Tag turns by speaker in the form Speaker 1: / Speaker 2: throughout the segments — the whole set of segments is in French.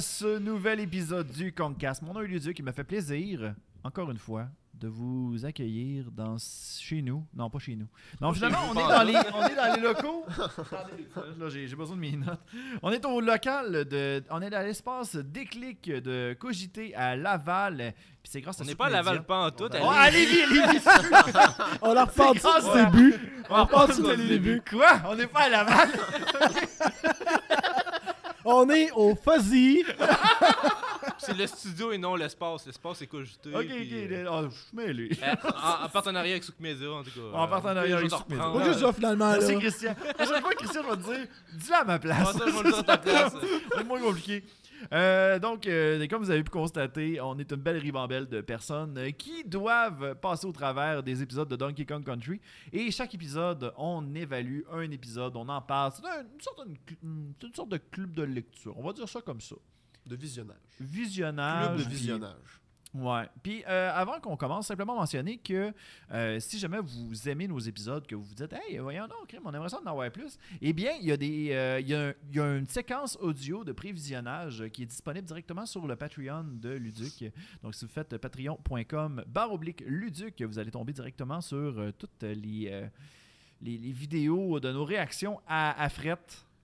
Speaker 1: ce nouvel épisode du Concast. Mon nom est Luduc, il me fait plaisir, encore une fois, de vous accueillir dans chez nous. Non, pas chez nous. Non, finalement, on est, dans les, on est dans les locaux. Là, j'ai j'ai besoin de mes notes. On est au local, de, on est dans l'espace déclic de Cogité à Laval. Puis c'est grâce à
Speaker 2: On n'est
Speaker 1: Scoop
Speaker 2: pas à
Speaker 1: Media.
Speaker 2: Laval Pantoute.
Speaker 1: Oh, allez, vite, Lévis!
Speaker 3: On a reparti
Speaker 1: grâce
Speaker 3: du
Speaker 1: à-
Speaker 3: début.
Speaker 1: On
Speaker 3: repart
Speaker 1: repart
Speaker 3: tout
Speaker 1: du
Speaker 3: le
Speaker 1: début.
Speaker 3: début.
Speaker 1: Quoi? On n'est pas à Laval?
Speaker 3: On est au Fuzzy.
Speaker 2: C'est le studio et non l'espace. L'espace est cogité.
Speaker 1: Ok, ok.
Speaker 2: puis, euh,
Speaker 1: Oh, je suis mêlé.
Speaker 2: euh, en, en partenariat avec Souk Media, en tout cas. euh,
Speaker 1: En partenariat avec Souk Media.
Speaker 3: Pas
Speaker 1: Ouais.
Speaker 3: juste ça, finalement.
Speaker 4: Ah,
Speaker 3: Là.
Speaker 1: Merci, Christian. À chaque fois, Christian va te dire dis-le à ma place.
Speaker 2: Comment ça, je vais le dire à ta place?
Speaker 1: C'est moins compliqué. Euh, donc, euh, comme vous avez pu constater, on est une belle ribambelle de personnes euh, qui doivent passer au travers des épisodes de Donkey Kong Country. Et chaque épisode, on évalue un épisode, on en parle. C'est un- une sorte, de- une- c'est une sorte de club de lecture. On va dire ça comme ça.
Speaker 4: De visionnage.
Speaker 1: Visionnage.
Speaker 2: Ah,
Speaker 4: Club de
Speaker 1: puis-
Speaker 4: visionnage.
Speaker 1: Ouais. Puis euh, avant qu'on commence, simplement mentionner que euh, si jamais vous aimez nos épisodes, que vous vous dites, hey, voyons donc, crime, on aimerait ça en avoir plus, eh bien, il y, a des, euh, il y a un- il y a une séquence audio de prévisionnage euh, qui est disponible directement sur le Patreon de Luduc. Donc, si vous faites euh, patreon.com barre oblique Luduc, vous allez tomber directement sur euh, toutes les, euh, les, les vidéos de nos réactions à, à Fret.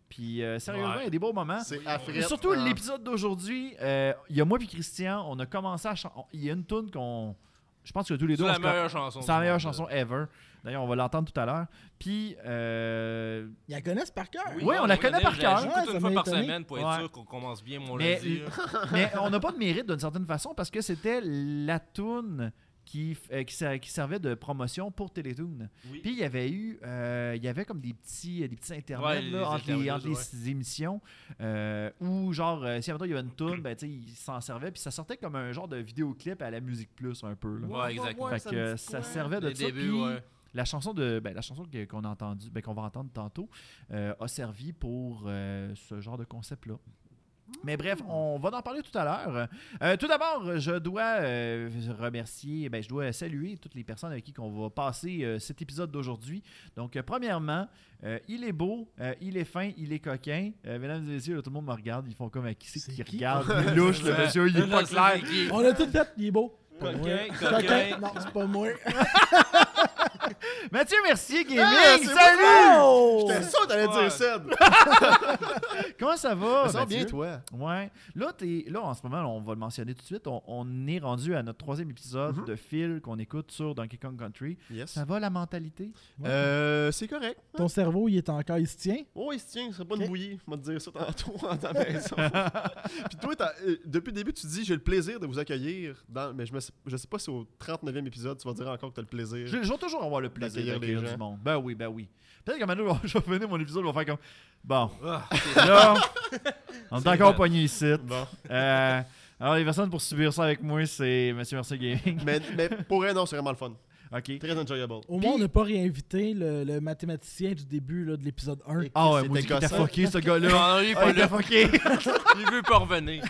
Speaker 1: Puis, euh, sérieusement, il y a des beaux moments.
Speaker 4: C'est Ah. affreux.
Speaker 1: Et surtout,
Speaker 2: hein.
Speaker 1: l'épisode d'aujourd'hui, euh, il y a moi puis Christian, on a commencé à chanter. Il y a une tune qu'on. Je pense que tous les
Speaker 2: C'est
Speaker 1: deux, on
Speaker 2: la
Speaker 1: se
Speaker 2: meilleure chanson.
Speaker 1: C'est la
Speaker 2: du
Speaker 1: meilleure
Speaker 2: monde.
Speaker 1: chanson ever. D'ailleurs, on va l'entendre tout à l'heure. Puis, euh,
Speaker 3: Ils la connaissent par cœur.
Speaker 1: Oui, on la connaît par cœur.
Speaker 2: Je
Speaker 3: Ouais,
Speaker 2: l'écoute
Speaker 3: ça
Speaker 2: une fois
Speaker 3: m'a
Speaker 2: par
Speaker 3: étonné.
Speaker 2: semaine pour être
Speaker 1: Ouais.
Speaker 2: sûr qu'on commence bien mon
Speaker 1: Mais-
Speaker 2: lundi. là.
Speaker 1: mais on n'a pas de mérite d'une certaine façon parce que c'était la tune qui, f- euh, qui, ser- qui servait de promotion pour Télétoon.
Speaker 2: Oui.
Speaker 1: Puis il y avait eu, euh, il y avait comme des petits, des petits internets
Speaker 2: Ouais,
Speaker 1: là,
Speaker 2: les
Speaker 1: entre, les, entre
Speaker 2: interludes,
Speaker 1: les émissions euh, où genre euh, si mettons, il y avait une tune, ben tu sais il s'en servait puis ça sortait comme un genre de vidéoclip à la musique plus un peu. Là.
Speaker 2: Ouais, exactement.
Speaker 1: Fait que euh, ça servait de
Speaker 2: Les
Speaker 1: ça.
Speaker 2: débuts,
Speaker 1: puis
Speaker 2: ouais.
Speaker 1: La chanson de ben, la chanson que- qu'on a entendue, ben, qu'on va entendre tantôt, euh, a servi pour euh, ce genre de concept-là. Mais bref, on va en parler tout à l'heure. Euh, tout d'abord, je dois euh, remercier, ben, je dois saluer toutes les personnes avec qui on va passer euh, cet épisode d'aujourd'hui. Donc, euh, premièrement, euh, il est beau, euh, il est fin, il est coquin. Euh, mesdames et messieurs, là, tout le monde me regarde, ils font comme à qui c'est
Speaker 3: C'est
Speaker 1: qui
Speaker 3: qui?
Speaker 1: regarde. Il est louche, le
Speaker 2: Ouais.
Speaker 1: monsieur, il est
Speaker 2: Je
Speaker 1: pas
Speaker 2: sais
Speaker 1: clair.
Speaker 2: c'est qui.
Speaker 3: On a tout fait, il est beau. Pas
Speaker 2: Coquin,
Speaker 3: moi.
Speaker 2: coquin.
Speaker 3: Non, c'est pas moi.
Speaker 1: Mathieu Mercier, Gaming,
Speaker 4: Ah, c'est
Speaker 1: salut!
Speaker 3: Oh!
Speaker 4: J'étais sûr que t'allais
Speaker 2: Ouais.
Speaker 4: dire Seb.
Speaker 1: Comment ça va?
Speaker 4: Ça sent
Speaker 1: Mathieu?
Speaker 4: bien, toi.
Speaker 1: Ouais. Là, t'es- là, en ce moment, on va le mentionner tout de suite. On, on est rendu à notre troisième épisode
Speaker 4: Mhm.
Speaker 1: de fil qu'on écoute sur Donkey Kong Country.
Speaker 4: Yes.
Speaker 1: Ça va la mentalité?
Speaker 4: Euh, c'est correct.
Speaker 3: Ton cerveau, il est encore, il se tient.
Speaker 4: Oh, il se tient, c'est pas une
Speaker 3: Ok.
Speaker 4: bouillie. Je vais te dire ça tantôt en ta maison. Puis toi, t'as- euh, depuis le début, tu dis j'ai le plaisir de vous accueillir. Dans, mais je, me, sais- je sais pas si au 39e épisode, tu vas dire encore que t'as le plaisir.
Speaker 1: Je, je vais toujours avoir le plaisir
Speaker 4: D'accueillir les
Speaker 1: d'accueillir
Speaker 4: gens.
Speaker 1: du monde. Ben oui, ben oui. Peut-être qu'à un moment donné, je vais finir mon épisode, on va faire comme. Bon,
Speaker 2: Ah,
Speaker 1: là, on est
Speaker 2: C'est
Speaker 1: encore
Speaker 2: vrai.
Speaker 1: pogné ici.
Speaker 4: Bon.
Speaker 1: Euh, alors, les personnes pour subir ça avec moi, c'est Monsieur Mercier Gaming.
Speaker 4: mais, mais pour rien, non, c'est vraiment le fun.
Speaker 1: OK.
Speaker 4: Très enjoyable.
Speaker 3: Au moins, on n'a pas réinvité le, le mathématicien du début là, de l'épisode 1.
Speaker 4: Et-
Speaker 1: Ah ouais,
Speaker 4: C'est
Speaker 1: moi, il était
Speaker 4: écossais.
Speaker 1: fucké, ce gars-là.
Speaker 2: Non, non, il est
Speaker 1: Ah,
Speaker 2: pas
Speaker 1: il était
Speaker 2: là.
Speaker 1: fucké.
Speaker 2: Il veut pas revenir.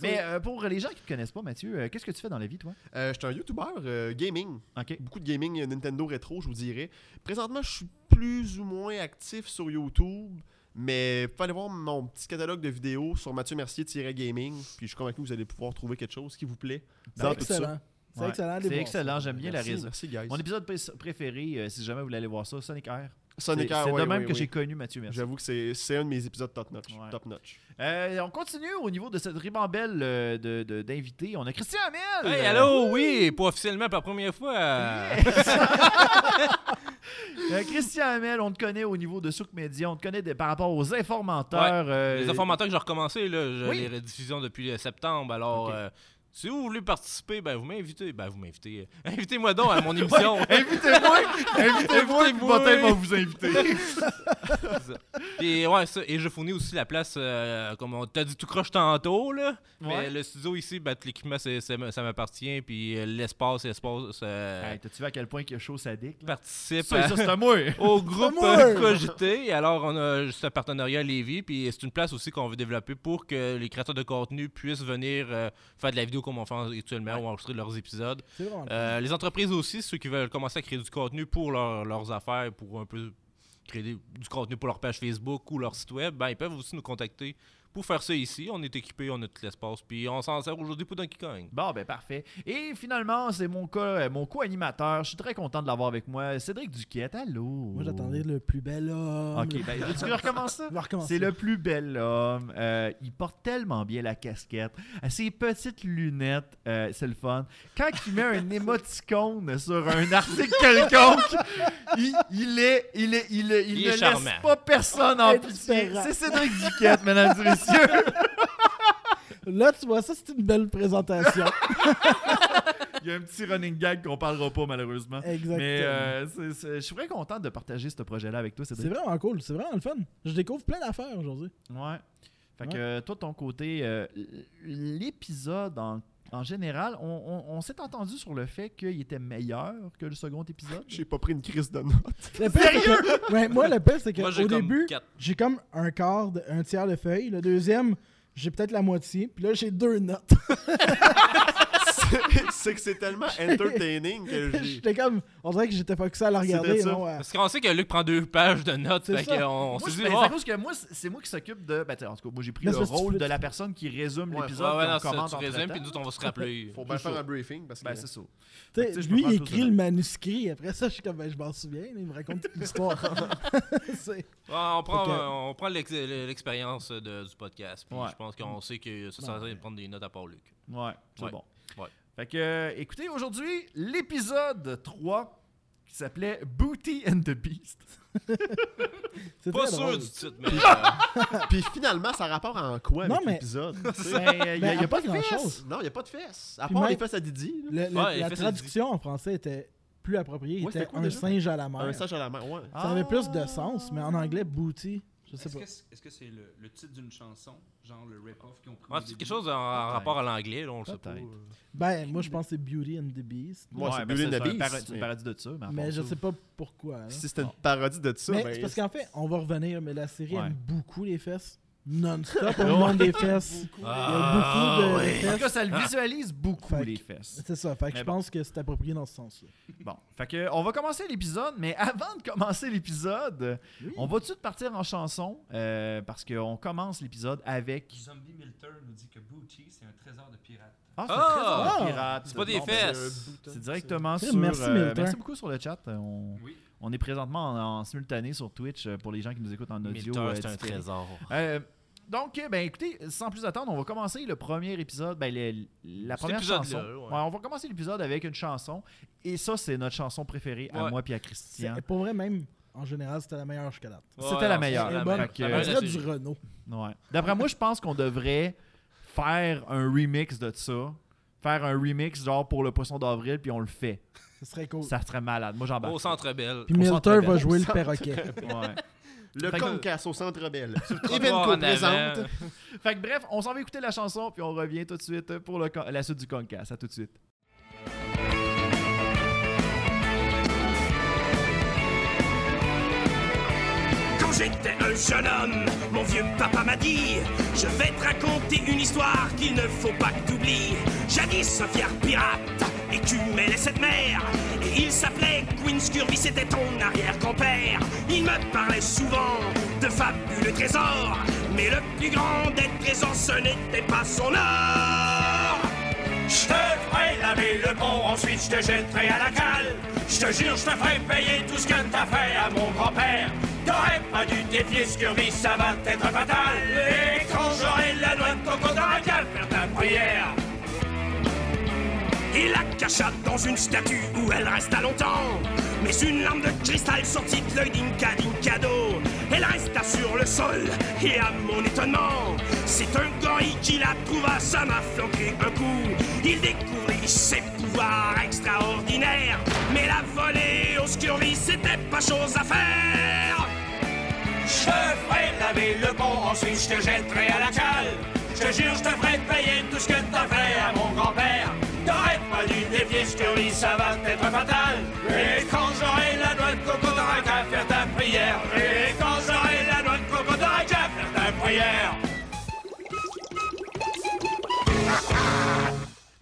Speaker 1: Mais euh, pour les gens qui te connaissent pas, Mathieu, euh, qu'est-ce que tu fais dans la vie, toi?
Speaker 4: Euh, je suis un YouTuber euh, gaming.
Speaker 1: OK.
Speaker 4: beaucoup de gaming euh, Nintendo rétro, je vous dirais. Présentement, je suis plus ou moins actif sur YouTube, mais vous pouvez aller voir mon petit catalogue de vidéos sur Mathieu Mercier-Gaming, puis je suis convaincu que vous allez pouvoir trouver quelque chose qui vous plaît.
Speaker 3: C'est
Speaker 4: dans tout ça.
Speaker 3: Ben, excellent. C'est
Speaker 1: Ouais.
Speaker 3: excellent, les
Speaker 1: C'est
Speaker 3: bons.
Speaker 1: excellent, j'aime bien la
Speaker 4: Merci,
Speaker 1: raison.
Speaker 4: Merci, guys.
Speaker 1: Mon épisode pré- préféré, euh, si jamais vous voulez aller voir ça, Sonic Air.
Speaker 4: Sonic
Speaker 1: C'est-
Speaker 4: Air,
Speaker 1: C'est
Speaker 4: ouais,
Speaker 1: de même
Speaker 4: ouais,
Speaker 1: que
Speaker 4: ouais.
Speaker 1: j'ai connu Mathieu Mercier.
Speaker 4: J'avoue que c'est c'est un de mes épisodes top notch.
Speaker 1: Ouais.
Speaker 4: Top notch.
Speaker 1: Euh, on continue au niveau de cette ribambelle euh, de- de- d'invités. On a Christian Amel!
Speaker 2: Hey, allô, Euh, oui, pas officiellement pour la première fois. euh,
Speaker 1: Euh, Christian Hamel, on te connaît au niveau de Souk Media, on te connaît de- par rapport aux informateurs. euh,
Speaker 2: Les informateurs que j'ai recommencé, là, je-
Speaker 1: oui.
Speaker 2: les rediffusions depuis euh, septembre. Alors,
Speaker 1: Ok.
Speaker 2: euh, si vous voulez participer, ben vous m'invitez. Ben vous m'invitez. euh, Invitez-moi donc à mon émission.
Speaker 1: Invitez-moi! Invitez-moi! puis
Speaker 2: Invitez-moi.
Speaker 1: Botin va vous inviter.
Speaker 2: Et ouais, ça. Et je fournis aussi la place, euh, comme on t'a dit tout croche tantôt, là.
Speaker 1: Ouais.
Speaker 2: Mais le studio ici, ben, tout l'équipement, c'est- c'est m- ça m'appartient. Puis euh, l'espace, l'espace euh,
Speaker 1: Hey, T'as-tu vu à quel point que chaud ça dick? là?
Speaker 2: participe.
Speaker 1: Ça,
Speaker 2: à-
Speaker 1: ça, c'est à moi!
Speaker 2: au groupe
Speaker 3: moi!
Speaker 2: euh, Cogité. Alors, on a juste un partenariat à Lévis, puis c'est une place aussi qu'on veut développer pour que les créateurs de contenu puissent venir euh, faire de la vidéo comme on fait actuellement ou enregistrer leurs épisodes.
Speaker 3: C'est vraiment
Speaker 2: Euh, les entreprises aussi, ceux qui veulent commencer à créer du contenu pour leur- leurs affaires, pour un peu créer des- du contenu pour leur page Facebook ou leur site web, ben, ils peuvent aussi nous contacter pour faire ça ici. On est équipé, on a tout l'espace, puis on s'en sert aujourd'hui pour Donkey Kong.
Speaker 1: Bon, ben parfait. Et finalement, c'est mon co- euh, mon co-animateur. Je suis très content de l'avoir avec moi. Cédric Duquette, allô?
Speaker 3: Moi, j'attendais le plus bel homme.
Speaker 1: Ok, ben, tu veux recommencer ça?
Speaker 3: On va recommencer.
Speaker 1: C'est le plus bel homme. Euh, il porte tellement bien la casquette. À Ses petites lunettes, euh, c'est le fun. Quand il met un émoticône sur un article quelconque, il, il est, il est, il est- il
Speaker 2: Il
Speaker 1: ne
Speaker 2: est
Speaker 1: laisse
Speaker 2: charmant.
Speaker 1: pas personne en pitié.
Speaker 3: Indifférent.
Speaker 1: C'est Cédric Duquette, mesdames et messieurs.
Speaker 3: Là, tu vois, ça, c'est une belle présentation.
Speaker 1: Il y a un petit running gag qu'on parlera pas malheureusement.
Speaker 3: Exactement.
Speaker 1: Mais euh, c'est- c'est- je suis vraiment content de partager ce projet-là avec toi,
Speaker 3: C'est
Speaker 1: Cédric.
Speaker 3: vraiment cool, c'est vraiment le fun. Je découvre plein d'affaires aujourd'hui.
Speaker 1: Ouais. Fait
Speaker 3: Ouais.
Speaker 1: que euh, toi, de ton côté, euh, l- l'épisode en, en général, on, on- on s'est entendu sur le fait qu'il était meilleur que le second épisode.
Speaker 4: J'ai pas pris une crise de notes.
Speaker 3: Le pire, c'est que- ouais, moi, le pire, c'est
Speaker 2: Moi, j'ai
Speaker 3: qu'au
Speaker 2: comme
Speaker 3: début,
Speaker 2: quatre.
Speaker 3: j'ai comme un quart, de- un tiers de feuille. Le deuxième, j'ai peut-être la moitié. Puis là, j'ai deux notes.
Speaker 4: C'est- c'est que c'est tellement entertaining que j'ai.
Speaker 3: j'étais comme, on dirait que j'étais focusé à la
Speaker 4: C'était
Speaker 3: regarder.
Speaker 4: ça.
Speaker 3: non, à-
Speaker 2: Parce qu'on sait que Luc prend deux pages de notes,
Speaker 3: C'est
Speaker 2: fait
Speaker 3: ça.
Speaker 2: qu'on
Speaker 1: Moi,
Speaker 2: s'est
Speaker 1: je-
Speaker 2: dit,
Speaker 1: ben,
Speaker 2: oh,
Speaker 1: c'est à cause que moi, c'est c'est moi qui s'occupe de. Ben, t'sais, en tout cas, moi, j'ai pris
Speaker 3: Mais
Speaker 1: le
Speaker 3: c'est parce que tu
Speaker 1: rôle
Speaker 3: fais-
Speaker 1: de la personne qui résume
Speaker 4: Ouais,
Speaker 1: l'épisode.
Speaker 2: ouais, ouais,
Speaker 1: qu'on
Speaker 2: non, ça,
Speaker 1: commente
Speaker 2: tu
Speaker 1: entre-temps.
Speaker 2: résumes, puis nous, on va se rappeler.
Speaker 4: Faut bien
Speaker 1: Tout
Speaker 4: faire
Speaker 1: chaud.
Speaker 4: un briefing parce que.
Speaker 1: Ben, c'est ça.
Speaker 3: Tu sais,
Speaker 1: Fait que, tu sais, je
Speaker 3: lui,
Speaker 1: me prends
Speaker 3: il
Speaker 1: tous
Speaker 3: écrit
Speaker 1: les
Speaker 3: le manuscrit. Après ça, je suis comme, ben, je m'en souviens. Il me raconte toute l'histoire. C'est-
Speaker 2: Ouais, on prend,
Speaker 3: Fait que-
Speaker 2: euh, on prend l'ex- l'expérience de- du podcast. puis
Speaker 1: Ouais.
Speaker 2: Je pense qu'on sait que ça sert à rien de prendre des notes à part Luc.
Speaker 1: Ouais, c'est
Speaker 2: Ouais.
Speaker 1: bon.
Speaker 2: Ouais.
Speaker 1: Fait que, euh, écoutez, aujourd'hui, l'épisode 3 qui s'appelait Booty and the Beast.
Speaker 3: c'est
Speaker 2: Pas
Speaker 3: très
Speaker 2: sûr
Speaker 3: drôle.
Speaker 2: du titre, mais. euh,
Speaker 4: Puis finalement, ça rapporte en quoi
Speaker 3: Non,
Speaker 4: avec
Speaker 3: mais-
Speaker 4: l'épisode
Speaker 1: Il n'y
Speaker 3: Ben,
Speaker 1: euh, a,
Speaker 3: à
Speaker 1: pas de
Speaker 3: grand
Speaker 1: fesses.
Speaker 3: chose.
Speaker 4: Non, il n'y a pas de fesses. À
Speaker 3: Puis
Speaker 4: part les
Speaker 3: même-
Speaker 4: fesses à Didi. là.
Speaker 3: Le- le-
Speaker 2: Ouais, il
Speaker 3: la
Speaker 2: fait ça,
Speaker 3: traduction en français était plus appropriée. Il
Speaker 4: Ouais, c'était
Speaker 3: était
Speaker 4: quoi
Speaker 3: un
Speaker 4: déjà?
Speaker 3: singe à la mer.
Speaker 4: Un sage à la main, ouais.
Speaker 3: Ça avait plus de sens, mais en
Speaker 1: Ah.
Speaker 3: anglais, booty. Je sais
Speaker 5: Est-ce
Speaker 3: pas.
Speaker 5: que c'est est-ce que c'est le, le titre d'une chanson, genre le rip-off qu'ils ont pris
Speaker 2: ouais,
Speaker 5: au
Speaker 2: c'est
Speaker 5: début?
Speaker 2: quelque chose en, en
Speaker 1: Peut-être.
Speaker 2: rapport à l'anglais, là, on le sait pas.
Speaker 1: Peut-être.
Speaker 3: Ben, moi, je pense que c'est Beauty and the Beast.
Speaker 4: Ouais, c'est
Speaker 1: ben,
Speaker 4: Beauty and
Speaker 1: c'est
Speaker 4: the
Speaker 1: un
Speaker 4: Beast,
Speaker 1: paro- c'est
Speaker 4: mais-
Speaker 1: une parodie de ça. Mais, à
Speaker 3: Mais
Speaker 1: part
Speaker 3: je
Speaker 1: Ah, ça-
Speaker 3: sais pas pourquoi. là.
Speaker 4: Si c'était une parodie de ça,
Speaker 3: Mais
Speaker 4: ben,
Speaker 3: c'est parce qu'en fait, on va revenir, mais la série
Speaker 1: Ouais.
Speaker 3: aime beaucoup les fesses. Non-stop, on demande des fesses.
Speaker 2: Ah,
Speaker 3: Il y a beaucoup de, de
Speaker 1: En tout
Speaker 3: fesses.
Speaker 1: cas, ça le visualise beaucoup,
Speaker 3: Fait que-
Speaker 1: les fesses.
Speaker 3: C'est ça, fait que
Speaker 1: Mais
Speaker 3: je
Speaker 1: bon.
Speaker 3: pense que c'est approprié dans ce sens-là.
Speaker 1: Bon, fait que, on va commencer l'épisode, mais avant de commencer l'épisode, on va tout de suite partir en chanson, euh, parce qu'on commence l'épisode avec...
Speaker 5: Zombie Milter nous dit que Booty, c'est un trésor de pirates.
Speaker 1: Ah, c'est
Speaker 2: Ah!
Speaker 1: très bon,
Speaker 3: Ah!
Speaker 1: pirate.
Speaker 2: C'est pas des
Speaker 1: Bon, ben,
Speaker 2: fesses.
Speaker 1: c'est directement
Speaker 3: C'est-
Speaker 1: sur...
Speaker 3: Merci,
Speaker 1: euh,
Speaker 3: Milton.
Speaker 1: merci beaucoup sur le chat. On,
Speaker 5: Oui.
Speaker 1: on est présentement en, en simultané sur Twitch euh, pour les gens qui nous écoutent en audio.
Speaker 2: Milter,
Speaker 1: euh,
Speaker 2: c'est un
Speaker 1: différé.
Speaker 2: trésor.
Speaker 1: Euh, donc, euh, ben écoutez, sans plus attendre, on va commencer le premier épisode, ben, le- la
Speaker 2: Cet
Speaker 1: première
Speaker 2: épisode-là,
Speaker 1: chanson.
Speaker 2: ouais.
Speaker 1: on va commencer l'épisode avec une chanson. Et ça, c'est notre chanson préférée à
Speaker 2: Ouais.
Speaker 1: moi puis à
Speaker 3: C'est
Speaker 1: Christian.
Speaker 3: pour vrai, même, en général, c'était la meilleure jusqu'à date.
Speaker 2: Ouais,
Speaker 1: C'était
Speaker 2: non,
Speaker 1: la meilleure.
Speaker 2: c'est
Speaker 1: Elle
Speaker 3: est
Speaker 2: la
Speaker 3: bonne.
Speaker 2: meilleure.
Speaker 1: Fait que-
Speaker 2: La
Speaker 1: Euh,
Speaker 3: On
Speaker 2: meilleure de la
Speaker 3: dirait du
Speaker 2: série.
Speaker 3: Renault.
Speaker 1: Ouais. D'après moi, je pense qu'on devrait faire un remix de ça. Faire un remix genre pour le poisson d'avril, puis on le fait.
Speaker 3: Ce serait cool.
Speaker 1: Ça serait malade. Moi, j'embarque.
Speaker 2: Au centre belle.
Speaker 3: Puis
Speaker 1: on s'entend
Speaker 3: Milter
Speaker 1: bien.
Speaker 3: va jouer le
Speaker 4: Centre-
Speaker 3: perroquet.
Speaker 1: Ouais.
Speaker 4: Le
Speaker 1: Fait que-
Speaker 4: Comcast au centre Bell.
Speaker 2: Trottoir
Speaker 4: Evenco
Speaker 2: en avant.
Speaker 4: présente.
Speaker 1: Fait que bref, on s'en va écouter la chanson, puis on revient tout de suite pour le con- la suite du Concast. À tout de suite.
Speaker 6: Quand j'étais un jeune homme, mon vieux papa m'a dit Je vais te raconter une histoire qu'il ne faut pas que t'oublies. Jadis, un fier pirate écumait les sept mers. Et il s'appelait Queen Scurvy, c'était ton arrière-grand-père. Il me parlait souvent de fabuleux trésors. Mais le plus grand des trésors, ce n'était pas son or. Je te ferai laver le pont, ensuite je te jetterai à la cale. Je te jure, je te ferai payer tout ce que t'as fait à mon grand-père. T'aurais pas dû t'épier, scurvy, ça va être fatal. Et quand j'aurai la noix de coco, t'auras qu'à faire ta prière. Il la cacha dans une statue où elle resta longtemps. Mais une lame de cristal sortit de l'œil d'Inca d'Incado. Elle resta sur le sol, et à mon étonnement, c'est un gorille qui la trouva, ça m'a flanqué un coup. Il découvrit ses pouvoirs extraordinaires, mais la volée au scurvy, c'était pas chose à faire. Je te ferai laver le pont, ensuite je te jetterai à la cale. Je te jure, je te ferai payer tout ce que t'as fait à mon grand-père. T'aurais pas dû défier ce que lui, ça va t'être fatal. Et quand j'aurai la noix de coco, t'auras qu'à faire ta prière. Et quand j'aurai la noix de coco, t'auras qu'à faire ta prière.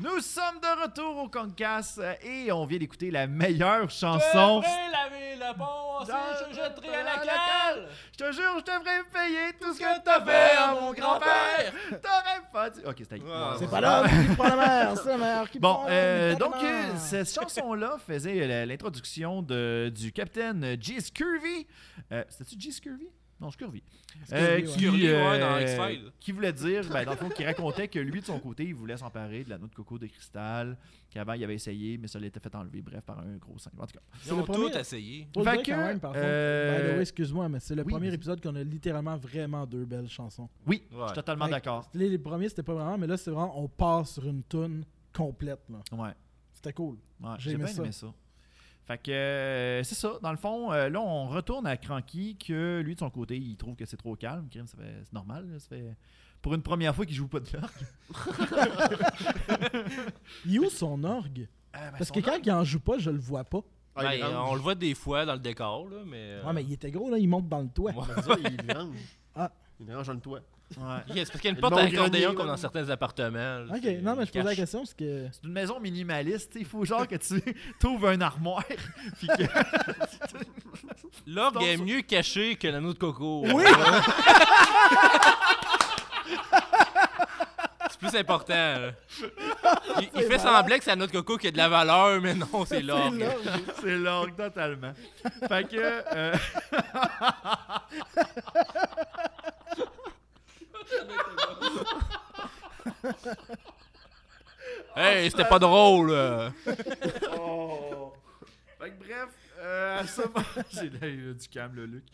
Speaker 1: Nous sommes de retour au Concast euh, et on vient d'écouter la meilleure chanson.
Speaker 2: Je vais laver le
Speaker 1: Dans-
Speaker 2: pont, je jetterai à la
Speaker 1: à la
Speaker 2: cale.
Speaker 1: Je te jure, je devrais payer tout ce que
Speaker 2: t'as
Speaker 1: t'as
Speaker 2: fait
Speaker 1: fait
Speaker 2: à
Speaker 1: à
Speaker 2: mon
Speaker 1: mon
Speaker 2: grand-père.
Speaker 1: grand-père. T'aurais pas dit. Ok, c'était.
Speaker 2: Ah,
Speaker 1: Non,
Speaker 3: C'est pas l'homme qui prend la mer, c'est la mer qui
Speaker 1: Bon,
Speaker 3: prend
Speaker 1: euh,
Speaker 3: la
Speaker 1: donc,
Speaker 3: mer.
Speaker 1: euh, cette chanson-là faisait euh, la- l'introduction de- du capitaine G. Scurvy. Euh, C'était-tu G. Scurvy? Non, Scurvy. Euh,
Speaker 3: Scurvy, ouais.
Speaker 1: qui,
Speaker 2: Scurvy, ouais,
Speaker 1: euh,
Speaker 2: dans X-Files.
Speaker 1: qui voulait dire, ben, dans le fond, qui racontait que lui, de son côté, il voulait s'emparer de la noix de coco de cristal, qu'avant, il avait essayé, mais ça l'était fait enlever, bref, par un gros singe. En tout cas.
Speaker 2: Ils
Speaker 3: C'est
Speaker 2: ont
Speaker 3: le premier-
Speaker 2: tout essayé.
Speaker 3: Faut le
Speaker 1: Fait
Speaker 3: dire
Speaker 1: que,
Speaker 3: quand même, par contre.
Speaker 1: euh,
Speaker 3: By the way, excuse-moi, mais c'est le
Speaker 1: oui,
Speaker 3: premier
Speaker 1: vas-y.
Speaker 3: épisode qu'on a littéralement vraiment deux belles chansons.
Speaker 1: Oui,
Speaker 2: Ouais.
Speaker 1: je suis totalement
Speaker 3: Fait que
Speaker 1: d'accord.
Speaker 3: Les, les premiers, c'était pas vraiment, mais là, c'est vraiment, on part sur une toune complète. là.
Speaker 1: Ouais.
Speaker 3: C'était cool.
Speaker 1: Ouais, j'ai
Speaker 3: J'ai aimé
Speaker 1: bien aimé ça. Fait que euh, c'est ça. Dans le fond, euh, là, on retourne à Cranky, que lui, de son côté, il trouve que c'est trop calme. Crime, ça fait- C'est normal. là, ça fait... Pour une première fois qu'il joue pas de l'orgue.
Speaker 3: Il est où son orgue?
Speaker 1: Ah, ben,
Speaker 3: Parce
Speaker 1: son
Speaker 3: que quand
Speaker 1: orgue-
Speaker 3: il en joue pas, je le vois pas.
Speaker 4: Ah,
Speaker 2: Ben,
Speaker 4: il range.
Speaker 2: on le voit des fois dans le décor, là, mais. euh,
Speaker 3: Ouais, mais il était gros, là, il monte dans le toit.
Speaker 2: Ouais.
Speaker 4: Ça, il range.
Speaker 3: Ah.
Speaker 4: Il range dans le toit.
Speaker 1: Ouais.
Speaker 2: Yeah, c'est parce qu'il y a une
Speaker 4: Le
Speaker 2: porte à
Speaker 4: bon grenier,
Speaker 2: accordéon
Speaker 4: là.
Speaker 2: comme dans certains appartements. là,
Speaker 3: Ok,
Speaker 2: c'est-
Speaker 3: non, mais je posais la
Speaker 2: cache.
Speaker 3: question parce que.
Speaker 1: C'est une maison minimaliste. Il faut genre que tu trouves un armoire. puis que-
Speaker 2: L'orgue est
Speaker 1: Dans-
Speaker 2: mieux caché que l'anneau de coco.
Speaker 3: Oui!
Speaker 2: C'est plus important. là. Il, il fait semblant que c'est l'anneau de coco qui a de la valeur, mais non, c'est l'orgue.
Speaker 1: c'est l'orgue totalement. Fait que. euh,
Speaker 2: Hey, c'était pas drôle. là.
Speaker 1: Fait que bref, euh, à ce moment... J'ai là, il a du calme, le Luc.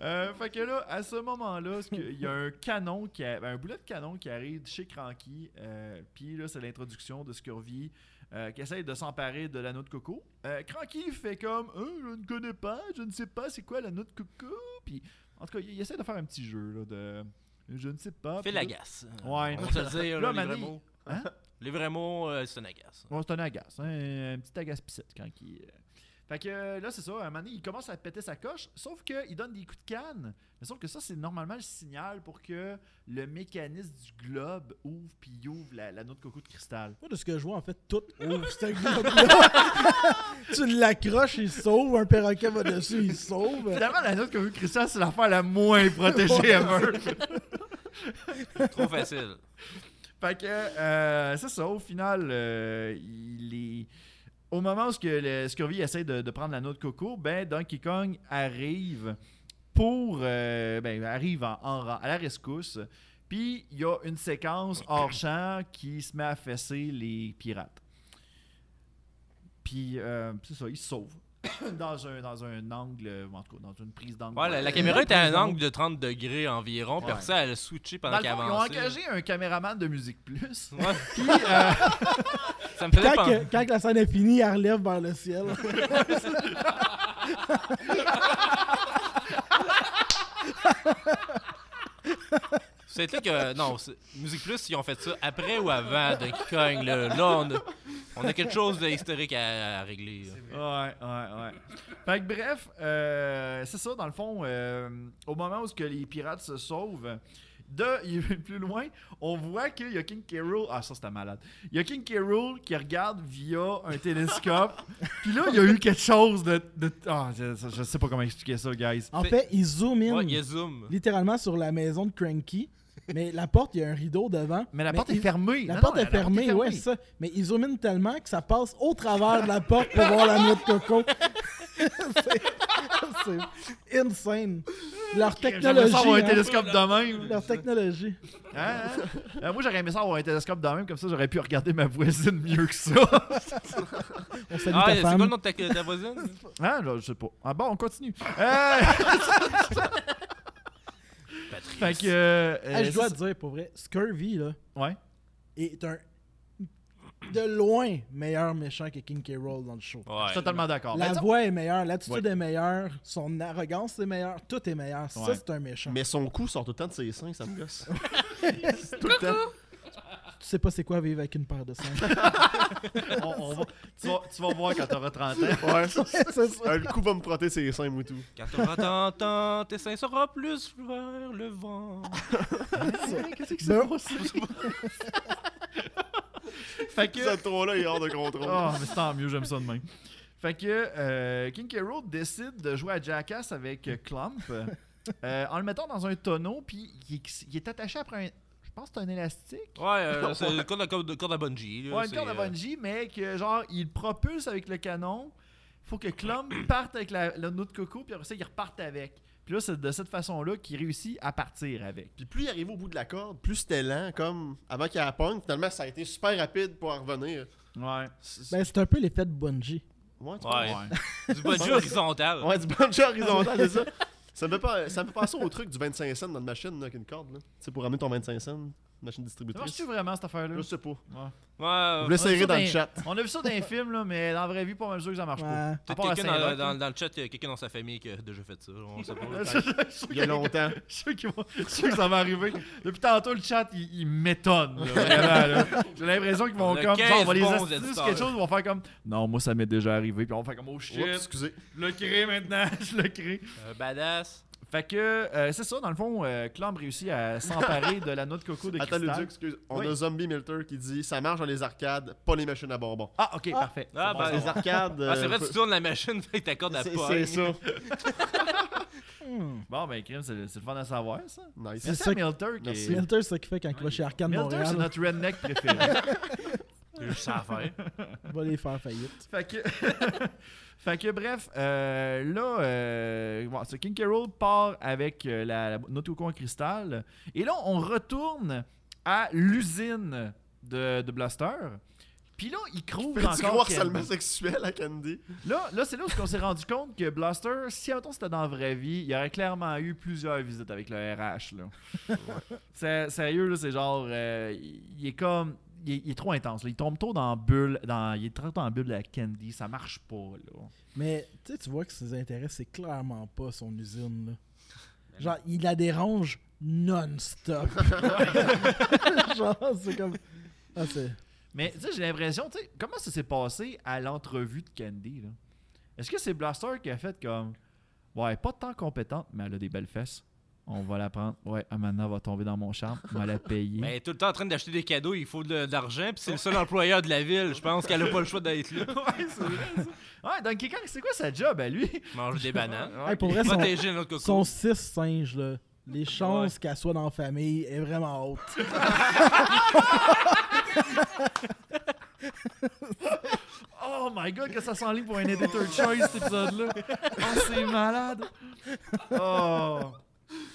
Speaker 1: Euh, fait que là, à ce moment-là, ce que- il y a un canon, qui a- ben, un boulet de canon qui arrive chez Cranky. euh, Puis là, c'est l'introduction de Scurvy euh, qui essaye de s'emparer de l'anneau de coco. Euh, Cranky fait comme Euh, Je ne connais pas, je ne sais pas c'est quoi l'anneau de coco. » Puis, en tout cas, il, il essaie de faire un petit jeu là, de « Je ne sais pas. »
Speaker 2: Fais
Speaker 1: Puis
Speaker 2: la
Speaker 1: là-
Speaker 2: gasse.
Speaker 1: Ouais.
Speaker 2: On va se le dire, là,
Speaker 1: Là,
Speaker 2: les vrais
Speaker 1: Manny-
Speaker 2: mots.
Speaker 1: Hein?
Speaker 2: Les vrais mots, euh, c'est une agace.
Speaker 1: Ouais, c'est un agace. hein, Un, petit agace pissette quand il. euh. Fait que euh, là, c'est ça, à un moment donné, il commence à péter sa coche, sauf qu'il donne des coups de canne. Mais sauf que ça, c'est normalement le signal pour que le mécanisme du globe ouvre puis il ouvre la, la noix de coco de cristal.
Speaker 3: Moi, de ce que je vois, en fait, tout ouvre. C'est un globe-là. tu l'accroches, il sauve. Un perroquet va dessus, il sauve.
Speaker 1: Finalement, la noix de coco de cristal, c'est l'affaire la moins protégée ever.
Speaker 2: Trop facile.
Speaker 1: Fait que, euh, c'est ça, au final, euh, il est. Au moment où ce que le Scurvy essaie de, de prendre la noix de coco, ben Donkey Kong arrive pour. euh, ben, arrive en, en ra- à la rescousse. Puis, il y a une séquence hors champ qui se met à fesser les pirates. Puis, euh, c'est ça, ils se sauvent. dans, un, dans un angle, en tout cas, dans une prise d'angle.
Speaker 2: Ouais, la, la caméra était à un angle de 30 degrés environ, puis
Speaker 1: Ouais.
Speaker 2: après ça, elle a switché
Speaker 1: Dans
Speaker 2: pendant
Speaker 1: le
Speaker 2: qu'elle
Speaker 1: fond, ils
Speaker 2: avançait.
Speaker 1: ont engagé un caméraman de Musique Plus.
Speaker 2: Ouais,
Speaker 1: Puis, euh,
Speaker 2: ça me faisait
Speaker 3: Quand,
Speaker 2: penser.
Speaker 3: que- quand que la scène est finie, il relève vers le ciel.
Speaker 2: C'est là que. Non, c'est- Musique Plus, ils ont fait ça après ou avant Donkey Kong. Là, Là, on, a, on a quelque chose d'historique à, à régler. là.
Speaker 1: Ouais, ouais, ouais. Fait que bref, euh, c'est ça, dans le fond, euh, au moment où ce que les pirates se sauvent, de plus loin, on voit qu'il y a King K. Rool- Ah, ça, c'était malade. Il y a King K. Rool qui regarde via un télescope. Puis là, il y a eu quelque chose de. de- ah, je, je sais pas comment expliquer ça, guys.
Speaker 3: En
Speaker 2: C'est-
Speaker 3: fait, il zoom in
Speaker 2: Ouais, il y a Zoom.
Speaker 3: littéralement sur la maison de Cranky. Mais la porte, il y a un rideau devant.
Speaker 1: Mais la porte est
Speaker 3: il-
Speaker 1: fermée.
Speaker 3: La
Speaker 1: Non,
Speaker 3: porte
Speaker 1: non,
Speaker 3: est fermée, ouais, c'est ça. Mais ils zoominent tellement que ça passe au travers de la porte pour voir la noix de coco. C'est- c'est insane. Leur
Speaker 1: J'aimerais
Speaker 3: technologie.
Speaker 1: ça avoir un
Speaker 3: hein.
Speaker 1: télescope de même.
Speaker 3: Leur technologie.
Speaker 1: Hein, hein? Euh, moi, j'aurais aimé ça avoir un télescope de même, comme ça, j'aurais pu regarder ma voisine mieux que ça.
Speaker 3: On salue
Speaker 2: Ah,
Speaker 3: ta
Speaker 2: c'est quoi
Speaker 3: femme.
Speaker 2: le nom de ta, ta voisine?
Speaker 1: Ah, je sais pas. Ah bon, on continue. Euh, fait que. euh,
Speaker 3: Ah, je
Speaker 1: euh,
Speaker 3: dois
Speaker 1: c'est-
Speaker 3: te dire, pour vrai, Scurvy, là,
Speaker 1: Ouais.
Speaker 3: est un de loin meilleur méchant que King K. Rool dans le show.
Speaker 1: Je
Speaker 2: Ouais.
Speaker 1: suis totalement d'accord.
Speaker 3: La
Speaker 1: Ben, disons-
Speaker 3: voix est meilleure, l'attitude
Speaker 1: Ouais.
Speaker 3: est meilleure, son arrogance est meilleure, tout est meilleur. Ça,
Speaker 1: Ouais.
Speaker 3: c'est un méchant.
Speaker 4: Mais son cou sort tout le temps de ses seins, ça me gosse. tout le temps.
Speaker 3: Tu sais pas c'est quoi vivre avec une paire de seins.
Speaker 1: on- on va- tu, vas, tu vas voir quand t'auras 30 ans.
Speaker 4: Ouais.
Speaker 3: c'est ça.
Speaker 4: Euh, le cou va me protéger ses seins, Moutou.
Speaker 2: Quand t'auras 30 ans, tes seins seront plus vers le vent.
Speaker 1: Qu'est-ce que
Speaker 3: Ben,
Speaker 1: Fait que.
Speaker 4: Ce trop là est hors de contrôle.
Speaker 1: oh, Ah, mais c'est tant mieux, j'aime ça de même. Fait que euh, King K. Rool décide de jouer à Jackass avec euh, Clump euh, en le mettant dans un tonneau, puis il, est- il est attaché après un. Je pense que c'est un élastique.
Speaker 2: Ouais, euh, c'est le corde à, corde, corde à bungee. là,
Speaker 1: Ouais, une
Speaker 2: c'est,
Speaker 1: corde à
Speaker 2: euh,
Speaker 1: bungee, mais que genre, il propulse avec le canon. Faut que Clump parte avec la, le noeud de coco, puis après ça, il reparte avec. Puis là, c'est de cette façon-là qu'il réussit à partir avec.
Speaker 4: Puis plus il arrivait au bout de la corde, plus c'était lent, comme avant qu'il y ait la pogne. Finalement, ça a été super rapide pour en revenir.
Speaker 1: Ouais.
Speaker 4: C'est-
Speaker 3: Ben, c'est un peu l'effet de Bungie.
Speaker 4: ouais, tu
Speaker 2: Ouais. Du bungee horizontal.
Speaker 4: parles- ouais, du bungee horizontal, c'est ça. Ça me, fait pas, ça me fait penser au truc du 25 cents dans une machine, là, avec une corde. Là. Tu sais, pour ramener ton 25 cents, machine
Speaker 1: Ça
Speaker 4: distributrice.
Speaker 1: marche-tu vraiment cette affaire-là?
Speaker 4: Je sais pas.
Speaker 2: Ouais, euh,
Speaker 4: Vous
Speaker 1: On a vu
Speaker 4: l'essayerez
Speaker 1: ça
Speaker 4: dans le chat.
Speaker 1: On a vu ça dans les films, là, mais dans la vraie vie, pas mal sûr que ça marche pas.
Speaker 3: Ouais.
Speaker 1: À
Speaker 2: Peut-être
Speaker 1: part à
Speaker 2: quelqu'un dans,
Speaker 1: Saint-Roch,
Speaker 2: dans-
Speaker 1: là.
Speaker 2: dans le chat, il y a quelqu'un dans sa famille qui a déjà fait ça. On sait pas.
Speaker 1: Je suis sûr
Speaker 4: Il y a
Speaker 1: qu'il y a-
Speaker 4: longtemps.
Speaker 1: je suis sûr qu'il va- je suis sûr que ça va arriver. Depuis tantôt, le chat, il, il m'étonne. là, vraiment, là. J'ai l'impression qu'ils vont
Speaker 2: On a
Speaker 1: comme. Genre, on va
Speaker 2: 15
Speaker 1: les
Speaker 2: bons
Speaker 1: astuces,
Speaker 2: auditeurs.
Speaker 1: quelque chose, ils vont faire comme. Non, moi, ça m'est déjà arrivé. Puis on va faire comme. Oh shit,
Speaker 4: Oups, excusez.
Speaker 1: je le crée maintenant, je le crée.
Speaker 2: Un badass.
Speaker 1: Fait que, euh, c'est ça, dans le fond, euh, Clamp réussit à s'emparer de la noix de coco de
Speaker 4: Attends, le
Speaker 1: cristal.
Speaker 4: Duc, excuse. On
Speaker 1: Oui.
Speaker 4: a Zombie Milter qui dit ça marche dans les arcades, pas les machines à bonbons.
Speaker 1: Ah, ok, parfait.
Speaker 2: Ah, bah,
Speaker 4: les arcades.
Speaker 2: ah, c'est
Speaker 4: euh,
Speaker 2: vrai,
Speaker 4: faut-
Speaker 2: tu tournes la machine, fait que ta corde à
Speaker 4: c'est-
Speaker 2: pogne.
Speaker 4: c'est ça.
Speaker 1: Bon, ben, crime, c'est c'est le fun à savoir, ça.
Speaker 4: Nice.
Speaker 1: C'est
Speaker 3: ça
Speaker 1: ça,
Speaker 3: que-
Speaker 1: Milter qui
Speaker 4: Merci.
Speaker 1: est-
Speaker 3: Milter, c'est ça qui fait quand il va chez Arcane
Speaker 1: Milter, c'est
Speaker 3: Montréal.
Speaker 1: notre redneck préféré.
Speaker 2: C'est juste ça à faire.
Speaker 3: Il va les faire faillite.
Speaker 1: Fait que, fait que bref, euh, là, euh, bon, ce King Carol part avec euh, la, la notre cocon en cristal. Et là, on retourne à l'usine de, de Blaster. Puis là, il croule
Speaker 4: Petit gros
Speaker 1: encore. Ken.
Speaker 4: harcèlement sexuel à Candy.
Speaker 1: Là, là c'est là où on s'est rendu compte que Blaster, si mettons c'était dans la vraie vie, il y aurait clairement eu plusieurs visites avec le RH. Là. C'est- Sérieux, là, c'est genre. euh, il est comme. Il est, il est trop intense. là. Il tombe trop dans la bulle. Dans, il est trop dans la bulle de la Candy. Ça marche pas. Là.
Speaker 3: Mais tu sais, tu vois que ses intérêts, c'est clairement pas son usine. Là. Genre, il la dérange non-stop. Genre, c'est comme. Ah, c'est.
Speaker 1: Mais tu sais, j'ai l'impression, tu sais, comment ça s'est passé à l'entrevue de Candy? Là? Est-ce que c'est Blaster qui a fait comme Ouais, elle est pas tant compétente, mais elle a des belles fesses. On va la prendre. Ouais, Amanda va tomber dans mon charme. On va la payer.
Speaker 2: Mais Ben, tout le temps en train d'acheter des cadeaux, il faut de, de l'argent, puis c'est le seul employeur de la ville. Je pense qu'elle a pas le choix d'être là.
Speaker 1: ouais, c'est vrai ça. Ouais, Donkey Kong, c'est quoi sa job à lui?
Speaker 2: Mange des bananes.
Speaker 1: Ouais,
Speaker 3: Hey, pour vrai, son,
Speaker 2: Protéger notre coco.
Speaker 3: son six singes, là, les chances qu'elle soit dans la famille est vraiment haute.
Speaker 1: Oh my god, que ça s'enligne pour un editor choice cet épisode-là. Oh, c'est malade. Oh.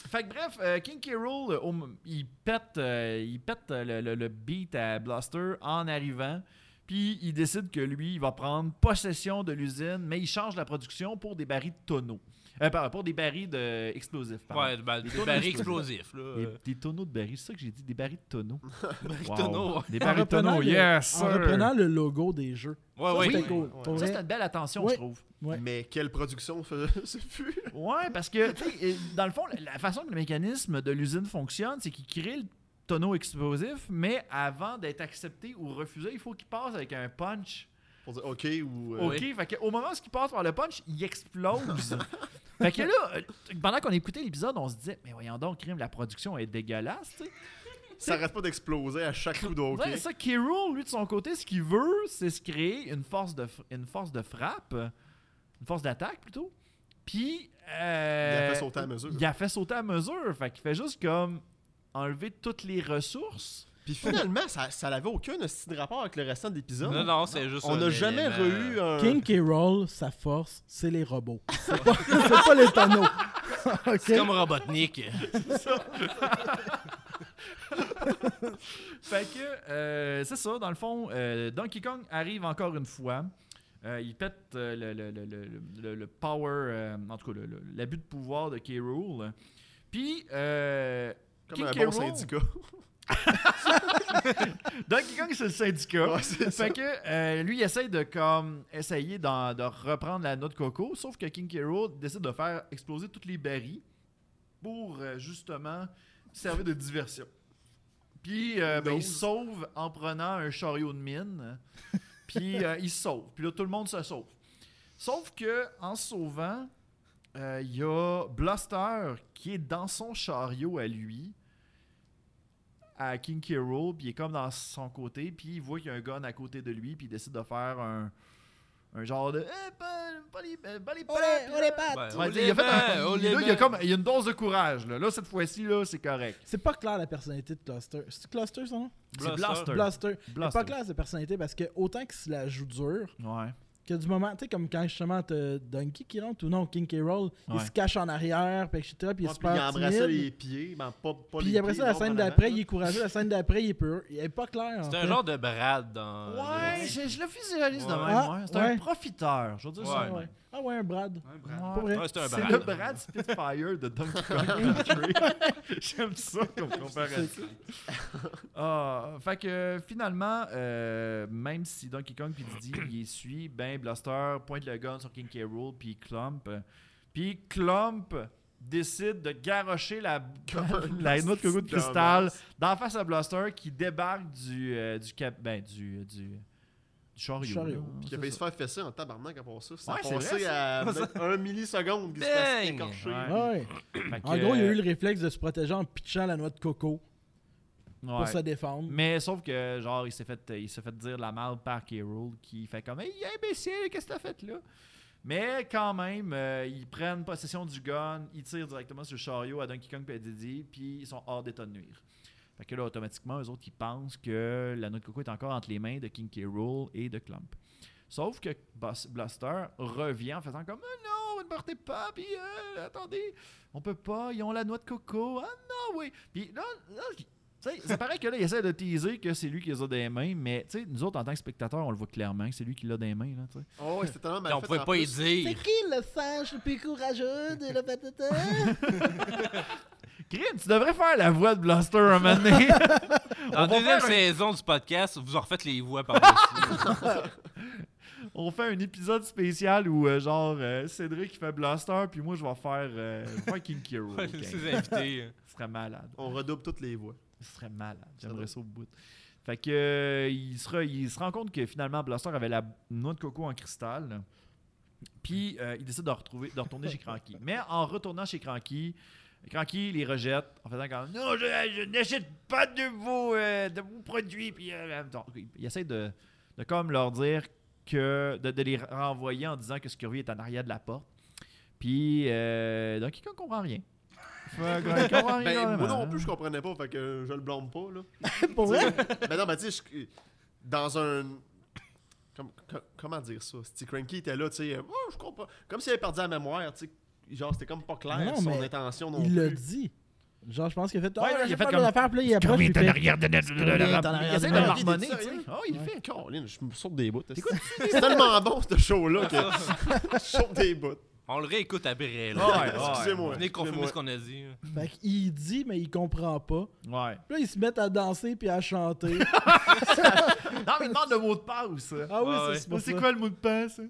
Speaker 1: Fait que bref, euh, King K. Rool, euh, au m- il pète, euh, il pète euh, le, le- le beat à Blaster en arrivant. Puis il décide que lui, il va prendre possession de l'usine, mais il change la production pour des barils de tonneaux. Euh, pardon, pour des barils de- explosifs. pardon.
Speaker 2: Ouais, ben, des
Speaker 1: tonneaux
Speaker 2: barils
Speaker 1: explosifs.
Speaker 2: explosifs. Là.
Speaker 1: Des,
Speaker 2: Euh,
Speaker 1: des tonneaux de barils, c'est ça que j'ai dit, des barils de tonneaux.
Speaker 2: barils
Speaker 1: Wow.
Speaker 2: tonneaux, ouais.
Speaker 1: Des
Speaker 3: En
Speaker 1: barils de
Speaker 3: reprenant
Speaker 1: tonneaux,
Speaker 3: le-
Speaker 1: yes!
Speaker 3: En
Speaker 1: sir.
Speaker 3: reprenant le logo des jeux.
Speaker 2: Ouais,
Speaker 3: Ça,
Speaker 2: ouais.
Speaker 3: c'était
Speaker 2: ouais.
Speaker 3: cool. Pour
Speaker 1: Ça,
Speaker 3: vrai,
Speaker 1: c'est une belle attention,
Speaker 3: Ouais.
Speaker 1: je trouve.
Speaker 3: Ouais.
Speaker 4: Mais quelle production ce ce fut
Speaker 1: Ouais, parce que, tu sais, euh, dans le fond, la- la façon que le mécanisme de l'usine fonctionne, c'est qu'il crée le tonneau explosif, mais avant d'être accepté ou refusé, il faut qu'il passe avec un punch.
Speaker 4: Pour dire OK ou. euh,
Speaker 1: OK,
Speaker 2: oui.
Speaker 1: fait que au moment où il passe par le punch, il explose. fait que là, euh, pendant qu'on écoutait l'épisode, on se disait, mais voyons donc, crime, la production est dégueulasse, tu sais.
Speaker 4: Ça arrête pas d'exploser à chaque coup de OK.
Speaker 1: Ouais, ça, Kiro, lui, de son côté, ce qu'il veut, c'est se créer une force de, fr- une force de frappe, euh, une force d'attaque plutôt. Puis. euh,
Speaker 4: Il a fait sauter à mesure.
Speaker 1: Il a fait sauter à mesure. Fait qu'il fait juste comme enlever toutes les ressources.
Speaker 4: Puis finalement, ça, ça n'avait aucun hostie de rapport avec le restant de l'épisode.
Speaker 2: Non, non, c'est juste.
Speaker 4: On
Speaker 2: un
Speaker 4: n'a jamais
Speaker 2: élément,
Speaker 4: reçu
Speaker 2: euh,
Speaker 4: un.
Speaker 3: King K. Roll, sa force, c'est les robots. C'est pas, c'est pas les tonneaux.
Speaker 2: C'est
Speaker 3: ok?
Speaker 2: comme Robotnik.
Speaker 1: Fait que euh, c'est ça, dans le fond, euh, Donkey Kong arrive encore une fois. Euh, il pète euh, le, le- le- le- le- le power, euh, en tout cas le- le- l'abus de pouvoir de K. Rool. Puis, euh,
Speaker 4: Comme
Speaker 1: King
Speaker 4: un
Speaker 1: K.
Speaker 4: bon
Speaker 1: Rool-
Speaker 4: syndicat.
Speaker 1: Donkey Kong, c'est le syndicat.
Speaker 4: Ouais, c'est ça.
Speaker 1: Fait que euh, lui, il essaye de comme essayer d'en- de reprendre la noix de coco, sauf que King Hero décide de faire exploser toutes les barils pour euh, justement servir de diversion. Puis euh, ben, il
Speaker 4: Dose.
Speaker 1: sauve en prenant un chariot de mine. Puis euh, il se sauve. Puis là, tout le monde se sauve. Sauf que en se sauvant, euh, il y a Blaster qui est dans son chariot à lui à King K. Rool, puis il est comme dans son côté, puis il voit qu'il y a un gun à côté de lui, puis il décide de faire un, un genre de. Eh, pas, pas les, pas les
Speaker 3: On
Speaker 1: pattes,
Speaker 3: les- on les
Speaker 1: là.
Speaker 3: pattes.
Speaker 2: Ouais,
Speaker 1: Ouais,
Speaker 2: on
Speaker 1: Ben, il a
Speaker 2: les
Speaker 1: fait un-
Speaker 2: met, on
Speaker 1: il-
Speaker 2: les
Speaker 1: là, il y a
Speaker 2: met.
Speaker 1: comme il y a une dose de courage. Là, Là, cette fois-ci, là, c'est correct.
Speaker 3: C'est pas clair la personnalité de Cluster. C'est Cluster son nom?
Speaker 1: C'est
Speaker 2: Blaster.
Speaker 1: Blaster.
Speaker 3: Blaster. C'est
Speaker 1: Blaster.
Speaker 3: pas clair sa personnalité parce que autant que se la joue dure,
Speaker 1: Ouais.
Speaker 3: que du moment, tu sais, comme quand justement t'as Donkey qui rentre ou non, King K. Roll, il
Speaker 1: Ouais.
Speaker 3: se cache en arrière, puis etc. Puis il est
Speaker 4: Ouais, puis il
Speaker 3: super
Speaker 4: embrassait
Speaker 3: timide.
Speaker 4: les pieds. Ben, pas, pas
Speaker 3: Puis
Speaker 4: les
Speaker 3: après
Speaker 4: pieds,
Speaker 3: ça, la
Speaker 4: non,
Speaker 3: scène
Speaker 4: en avant,
Speaker 3: d'après,
Speaker 4: là.
Speaker 3: il est courageux. La scène d'après, il est peur. Il est pas clair. en
Speaker 2: C'est un
Speaker 3: fait.
Speaker 2: genre de Brad dans.
Speaker 1: Ouais, je, je le visualise de
Speaker 2: Ouais.
Speaker 1: même. ouais. C'est
Speaker 3: Ouais.
Speaker 1: un profiteur. Je veux dire ça.
Speaker 2: Ouais.
Speaker 1: de
Speaker 3: Ouais.
Speaker 1: même.
Speaker 3: Ah ouais, un Brad.
Speaker 5: Hein, Brad?
Speaker 1: Ouais.
Speaker 3: Pas vrai.
Speaker 2: Ouais, c'est un
Speaker 1: C'est le
Speaker 2: Brad.
Speaker 1: Brad Spitfire de Donkey Kong Country. J'aime ça comme comparatif. Ah, fait que euh, finalement, euh, même si Donkey Kong puis Diddy il les suit, ben Blaster pointe le gun sur King K. Rool puis Clump. Puis Clump décide de garrocher la, la noix de coco de cristal d'en face à Blaster qui débarque du, euh, du cap, ben du du, du chariot.
Speaker 3: chariot.
Speaker 1: là.
Speaker 4: Puis il a
Speaker 1: C'est
Speaker 4: failli
Speaker 1: ça.
Speaker 4: se faire fesser en tabarnak après ça. Ça
Speaker 1: Ouais,
Speaker 4: a
Speaker 1: c'est
Speaker 4: passé
Speaker 1: vrai,
Speaker 4: à peut-être un milliseconde qu'il se fasse
Speaker 2: Bang!
Speaker 4: écorcher.
Speaker 1: Ouais.
Speaker 3: Ouais.
Speaker 1: Fait que,
Speaker 3: En gros, il a
Speaker 1: euh,
Speaker 3: eu le réflexe de se protéger en pitchant la noix de coco pour
Speaker 1: ouais.
Speaker 3: se défendre.
Speaker 1: Mais sauf que, genre, il s'est fait, il s'est fait dire la merde par K-Rool qui fait comme Hey, imbécile, qu'est-ce que t'as fait là Mais quand même, euh, ils prennent possession du gun, ils tirent directement sur le chariot à Donkey Kong et à Diddy, puis ils sont hors d'état de nuire. Fait que là, automatiquement, eux autres, ils pensent que la noix de coco est encore entre les mains de King K. Rool et de Clump. Sauf que Bas- Blaster revient en faisant comme Ah non, ne partez pas, puis euh, attendez, on peut pas, ils ont la noix de coco, ah non, oui. Puis là, là, j- tu sais, c'est pareil que là, il essaie de teaser que c'est lui qui les a dans les mains, mais tu sais, nous autres, en tant que spectateurs, on le voit clairement que c'est lui qui l'a dans les mains. Là, tu sais.
Speaker 4: Oh, ouais, c'était tellement
Speaker 1: ben,
Speaker 4: mal
Speaker 2: On
Speaker 4: fait.
Speaker 2: pouvait
Speaker 4: en
Speaker 2: pas y
Speaker 4: plus.
Speaker 2: dire.
Speaker 3: qui le singe le plus courageux de la patata?
Speaker 1: Grim, tu devrais faire la voix de Blaster un moment donné.
Speaker 2: Dans
Speaker 1: va
Speaker 2: la deuxième
Speaker 1: faire un-
Speaker 2: saison du podcast, vous en refaites les voix par-dessus.
Speaker 1: on fait un épisode spécial où, euh, genre, euh, Cédric qui fait Blaster, puis moi, je vais faire, euh, je vais faire King K. Rool, gang.
Speaker 2: Ces invités.
Speaker 1: Ce serait malade.
Speaker 4: On redouble toutes les voix.
Speaker 1: Ce serait malade.
Speaker 4: doit-
Speaker 1: J'aimerais ça au bout. Fait que euh, il, se re- il se rend compte que finalement Blaster avait la noix de coco en cristal. Puis euh, il décide de, retrouver, de retourner chez Cranky. Mais en retournant chez Cranky, Cranky les rejette en faisant comme Non, je, je n'achète pas de vos, euh, de vos produits. Puis euh, donc, il- il essaie de, de comme leur dire que de, de les renvoyer en disant que Scurvy est en arrière de la porte. Puis euh, donc il comprend rien. Fait que, il comprend rien
Speaker 4: Ben, moi
Speaker 1: vraiment,
Speaker 4: non
Speaker 1: hein.
Speaker 4: plus, je comprenais pas, fait que je le blâme pas, là.
Speaker 3: Pour vrai?
Speaker 4: ben non, ben tu sais, je- dans un. comme- com- comment dire ça? Si Cranky était là, tu sais, euh, oh, je comprends. Comme s'il avait perdu la mémoire, tu sais. Genre, c'était comme pas clair
Speaker 3: Non,
Speaker 4: son
Speaker 3: mais
Speaker 4: intention non
Speaker 3: Il
Speaker 4: plus.
Speaker 3: l'a dit. Genre, je pense qu'il a fait. Ah,
Speaker 1: Ouais, il a
Speaker 3: j'ai
Speaker 1: fait
Speaker 3: pas
Speaker 1: comme-
Speaker 3: de affaire, puis là, il approche.
Speaker 1: Scurvy est
Speaker 3: puis il
Speaker 1: en
Speaker 3: fait-
Speaker 1: arrière de
Speaker 3: Il essaie
Speaker 1: essaie
Speaker 3: de
Speaker 1: de
Speaker 4: l'harmonier,
Speaker 1: l'harmonier,
Speaker 4: tu sais. Ah,
Speaker 1: Oh, il le fait.
Speaker 4: Caroline, je me saute des bouts. C'est tellement bon, ce show-là, que je saute des bouts.
Speaker 2: On le réécoute après.
Speaker 1: Ouais, ouais.
Speaker 2: Là.
Speaker 4: Excusez-moi.
Speaker 2: Venez confirmer
Speaker 4: excusez-moi.
Speaker 2: ce qu'on a dit.
Speaker 3: Fait qu'il dit, mais il comprend pas.
Speaker 1: Ouais.
Speaker 3: Puis là, ils se mettent à danser puis à chanter.
Speaker 1: Non, mais il demande le mot de passe.
Speaker 3: Ah oui,
Speaker 2: Ouais,
Speaker 3: c'est-
Speaker 2: ouais.
Speaker 3: c'est pour
Speaker 1: C'est
Speaker 3: ça.
Speaker 1: quoi le mot de passe?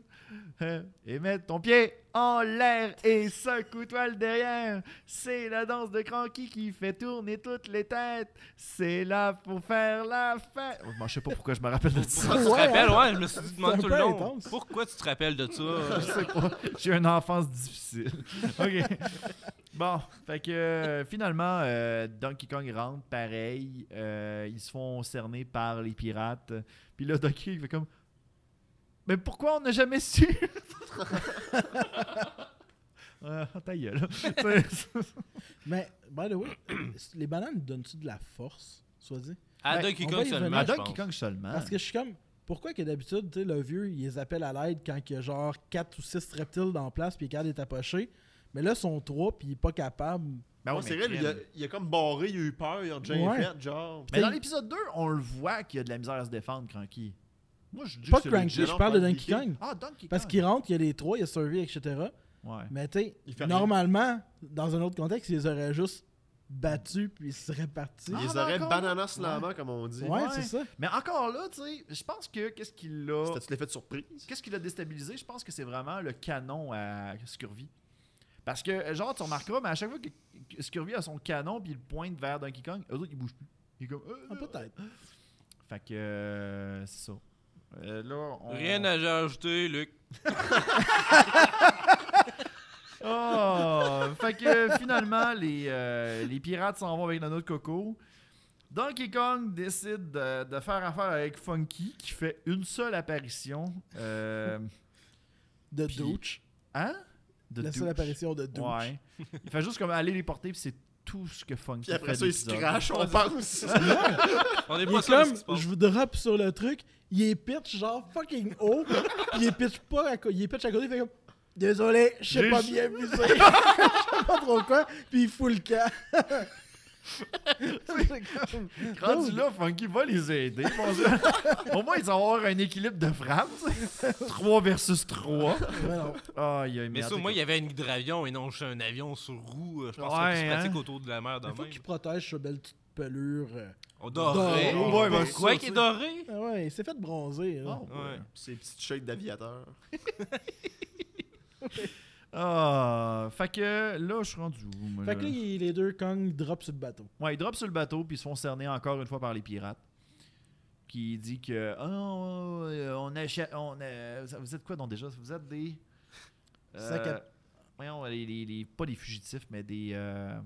Speaker 1: Euh, Et mettre ton pied en l'air et secoue-toi le derrière. C'est la danse de Cranky qui fait tourner toutes les têtes. C'est là pour faire la fête. Oh, moi, je sais pas pourquoi je me rappelle de ça.
Speaker 2: Pourquoi tu te
Speaker 3: Ouais, hein.
Speaker 2: rappelles? Ouais, je me suis
Speaker 3: C'est
Speaker 2: demandé
Speaker 3: un
Speaker 2: tout le
Speaker 3: peu
Speaker 2: long.
Speaker 3: intense.
Speaker 2: Pourquoi tu te rappelles de ça?
Speaker 1: Je sais pas. J'ai une enfance difficile. OK. Bon, fait que euh, finalement, euh, Donkey Kong rentre, pareil. Euh, ils se font cerner par les pirates. Puis là, Donkey il fait comme. Mais pourquoi on n'a jamais su? Euh, ta gueule.
Speaker 3: Mais, by the way, les bananes donnent-tu de la force, soit dit?
Speaker 2: À
Speaker 1: Ben,
Speaker 2: Donkey
Speaker 3: on
Speaker 2: Kong
Speaker 3: va y
Speaker 2: seulement,
Speaker 1: à
Speaker 2: je
Speaker 1: Donkey
Speaker 2: pense.
Speaker 1: Kong seulement.
Speaker 3: Parce que je suis comme, pourquoi que d'habitude, tu sais, le vieux, il les appelle à l'aide quand il y a genre 4 ou 6 reptiles dans la place puis il garde est tapoché. Mais là, ils sont 3 puis il est pas capable.
Speaker 1: Ben
Speaker 4: Ouais,
Speaker 1: oui,
Speaker 4: c'est
Speaker 1: mais
Speaker 4: vrai, lui, il a,
Speaker 1: crème.
Speaker 4: il a comme barré, il a eu peur, il a déjà
Speaker 3: Ouais.
Speaker 4: fait, genre.
Speaker 1: Mais dans l'épisode 2, on le voit qu'il y a de la misère à se défendre, Cranky. Moi, je dis
Speaker 3: Pas
Speaker 1: que c'est
Speaker 3: Cranky,
Speaker 1: legit.
Speaker 3: je
Speaker 4: non,
Speaker 3: parle de
Speaker 4: pas
Speaker 3: Donkey
Speaker 4: Donkey.
Speaker 3: Kong.
Speaker 1: Ah, Donkey
Speaker 3: Parce
Speaker 1: Kong.
Speaker 3: qu'il rentre, il y a les 3, il y a Survey, etc.
Speaker 1: Ouais.
Speaker 3: Mais tu
Speaker 4: Il fait
Speaker 3: sais,
Speaker 4: rien.
Speaker 3: normalement, dans un autre contexte, ils les auraient juste battus puis ils seraient partis.
Speaker 4: Il
Speaker 1: Ah,
Speaker 4: les
Speaker 1: ben
Speaker 4: aurait
Speaker 1: encore.
Speaker 4: banana slamant, comme on dit.
Speaker 3: ouais,
Speaker 1: Ah. ouais.
Speaker 3: c'est ça.
Speaker 1: Mais encore là, tu sais, je pense que qu'est-ce qu'il a.
Speaker 4: C'était-tu l'effet de surprise?
Speaker 1: Qu'est-ce qui l'a déstabilisé? Je pense que c'est vraiment le canon à Scurvy. Parce que, genre, tu remarqueras, mais à chaque fois que que Scurvy a son canon puis il le pointe vers Donkey Kong, eux autres, ils bougent plus. Ils est comme. euh,
Speaker 3: Ah,
Speaker 1: euh.
Speaker 3: peut-être.
Speaker 1: Fait que, euh, c'est ça. Euh, là, on...
Speaker 2: Rien à ajouter, Luc.
Speaker 1: Oh! fait que finalement, les, euh, les pirates s'en vont avec Nano de Coco. Donkey Kong décide de, de faire affaire avec Funky, qui fait une seule apparition. Euh,
Speaker 3: de
Speaker 1: Puis-
Speaker 3: douche.
Speaker 1: Hein? De
Speaker 3: La seule
Speaker 1: douche.
Speaker 3: apparition de douche.
Speaker 1: Ouais. Il fait juste comme aller les porter, puis c'est tout ce que Funky
Speaker 4: Puis
Speaker 1: fait.
Speaker 4: après
Speaker 1: à
Speaker 4: ça, il se
Speaker 1: l'épisode.
Speaker 4: crache, on pense.
Speaker 2: On est
Speaker 3: Il
Speaker 2: pas sûr de ce
Speaker 3: est
Speaker 2: qui se
Speaker 3: comme,
Speaker 2: passe.
Speaker 3: je vous drop sur le truc, il est pitch genre fucking haut, puis il est pitch pas à côté, il est pitch à côté, il fait comme désolé, je sais
Speaker 1: J'ai
Speaker 3: pas
Speaker 1: ju-
Speaker 3: bien viser, je sais pas trop quoi, puis il fout le camp.
Speaker 1: C'est comme, Rendu là, Funky va les aider. Bon, ça- Au moins, ils vont avoir un équilibre de frappe. 3 versus 3.
Speaker 3: Mais
Speaker 1: Ah,
Speaker 3: non.
Speaker 1: Aïe, aïe,
Speaker 2: Mais ça,
Speaker 1: attends,
Speaker 2: moi, il y avait un hydravion et non juste un avion sur roue. euh, Je pense
Speaker 1: Ouais,
Speaker 2: qu'on se pratique
Speaker 1: hein.
Speaker 2: autour de la mer dans
Speaker 3: Il faut
Speaker 2: même.
Speaker 3: qu'il protège sa belle petite pelure. euh.
Speaker 2: On doré.
Speaker 3: Doré.
Speaker 1: Ouais, ben,
Speaker 2: Quoi
Speaker 1: ça,
Speaker 2: qu'il est
Speaker 1: c'est-
Speaker 2: doré?
Speaker 3: Ah ouais, il s'est fait bronzer. là.
Speaker 1: Oh, ouais.
Speaker 2: Ouais.
Speaker 4: Ces petites shakes d'aviateur.
Speaker 1: Ah, fait que là, je suis rendu où? moi,
Speaker 3: Fait
Speaker 1: là?
Speaker 3: que là, il- les deux Kong drop sur le bateau.
Speaker 1: Ouais, ils drop sur le bateau puis ils se font cerner encore une fois par les pirates. Qui dit que Ah non, euh, on achète on euh, vous êtes quoi donc déjà vous êtes des euh,
Speaker 3: Sac à-
Speaker 1: voyons, les, les- les- pas des fugitifs mais des euh,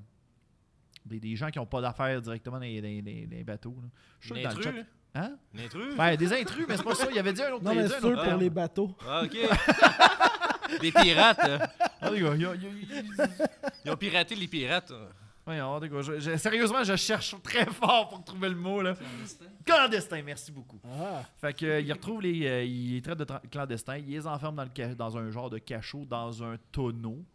Speaker 1: des, des gens qui ont pas d'affaires directement dans les, les- les- les bateaux là. Je suis
Speaker 2: Un
Speaker 1: sûr que dans le
Speaker 2: intrus?
Speaker 1: chat- hein?
Speaker 2: Un intrus?
Speaker 1: Ben, des intrus mais c'est pas ça, il avait dit un autre
Speaker 3: Non,
Speaker 1: il avait
Speaker 3: mais
Speaker 1: dit un
Speaker 3: c'est
Speaker 1: autre
Speaker 3: pour
Speaker 1: terme.
Speaker 3: les bateaux.
Speaker 2: Ah, OK. Des pirates. euh.
Speaker 1: Ah, les gars, il y a- il y a- il y a-
Speaker 2: Ils ont piraté les pirates. euh.
Speaker 1: Voyons, en tout cas, je- je- sérieusement, je cherche très fort pour trouver le mot là.
Speaker 5: Clandestin.
Speaker 1: Clandestin, merci beaucoup.
Speaker 3: Ah,
Speaker 1: Fait que euh, il retrouve les euh, il les traite de tra- clandestins, il les enferme dans, le ca- dans un genre de cachot dans un tonneau.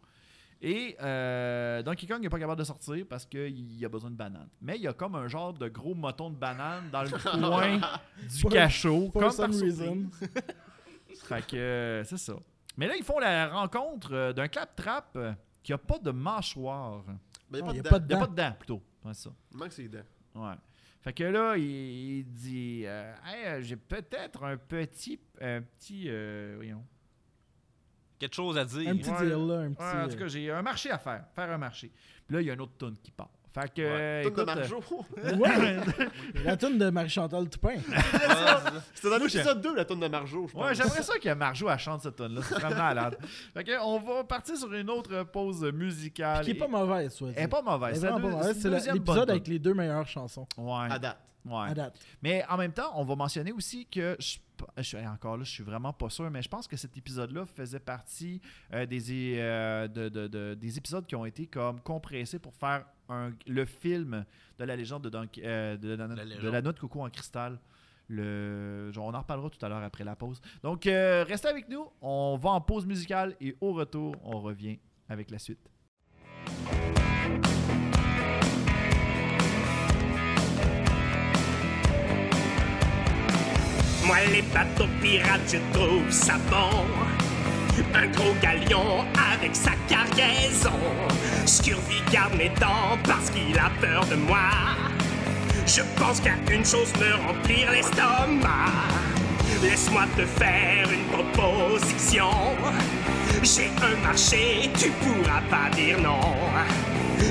Speaker 1: Et euh, Donkey Kong n'est pas capable de sortir parce qu'il a besoin de banane. Mais il y a comme un genre de gros moton de banane dans le coin du
Speaker 3: For-
Speaker 1: cachot.
Speaker 3: for
Speaker 1: comme
Speaker 3: some
Speaker 1: par surprise.
Speaker 3: reason.
Speaker 1: Fait que euh, c'est ça. Mais là, ils font la rencontre euh, d'un claptrap euh, qui a pas de mâchoire.
Speaker 4: Mais
Speaker 3: Non,
Speaker 4: il
Speaker 3: Ah, y
Speaker 4: n'y
Speaker 3: a
Speaker 4: Ben,
Speaker 3: pas
Speaker 4: a pas de
Speaker 1: Il n'y a
Speaker 3: Dent.
Speaker 1: pas de dents, plutôt. Ouais, c'est ça.
Speaker 4: Il manque ses dents.
Speaker 1: Ouais. Fait que là, il, il dit euh, Hey, euh, j'ai peut-être un petit. Un petit. euh, voyons.
Speaker 2: Quelque chose à dire.
Speaker 3: Un petit
Speaker 1: Ouais.
Speaker 3: deal là, un petit.
Speaker 1: Ouais, en tout cas, j'ai un marché à faire. Faire un marché. Puis là, il y a un autre tonne qui part. Fait que. euh,
Speaker 4: Tonne de
Speaker 1: écoute,
Speaker 4: Marjo.
Speaker 3: euh, ouais. euh, La toune de Marie-Chantal Toupin.
Speaker 4: C'était dans l'épisode 2, la tonne de Marjo, je
Speaker 1: euh, ouais,
Speaker 4: pense.
Speaker 1: j'aimerais ça que Marjo elle chante cette tonne-là. C'est vraiment malade. Fait que, on va partir sur une autre pause musicale.
Speaker 3: Qui est pas
Speaker 1: Et-
Speaker 3: mauvaise, soit dit.
Speaker 1: Ah, Elle est pas mauvaise.
Speaker 3: Elle est vraiment
Speaker 1: la deux-
Speaker 3: pas mauvaise. C'est
Speaker 1: une
Speaker 3: la-
Speaker 1: deuxième
Speaker 3: l'épisode
Speaker 1: bonne
Speaker 3: avec les deux meilleures chansons
Speaker 1: tonne. Ouais.
Speaker 4: À date.
Speaker 1: ouais.
Speaker 3: à date.
Speaker 1: Mais en même temps, on va mentionner aussi que je, je suis encore là, je suis vraiment pas sûr, mais je pense que cet épisode-là faisait partie euh, des, é- euh, de- de- de- des épisodes qui ont été comme compressés pour faire un- le film de la légende de, Dunk- euh, de, la,
Speaker 2: La légende.
Speaker 1: de la noix de coco en cristal. Le, genre, on en reparlera tout à l'heure après la pause. Donc, euh, restez avec nous. On va en pause musicale et au retour, on revient avec la suite.
Speaker 6: Moi, les bateaux pirates, je trouve ça bon. Un gros galion avec sa cargaison. Scurvy garde mes dents parce qu'il a peur de moi. Je pense qu'à une chose me remplir l'estomac. Laisse-moi te faire une proposition. J'ai un marché, tu pourras pas dire non.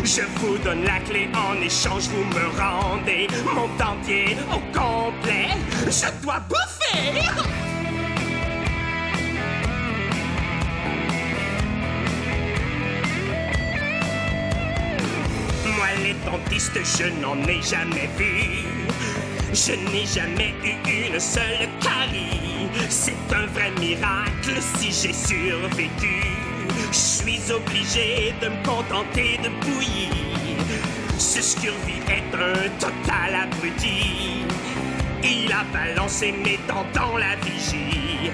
Speaker 6: Je vous donne la clé en échange, vous me rendez mon entier au complet. Je dois bouffer. Moi, les dentistes, je n'en ai jamais vu. Je n'ai jamais eu une seule carie. C'est un vrai miracle si j'ai survécu. Je suis obligé de me contenter de bouillie. Ce scurvy est un total abruti. Il a balancé mes dents dans la vigie.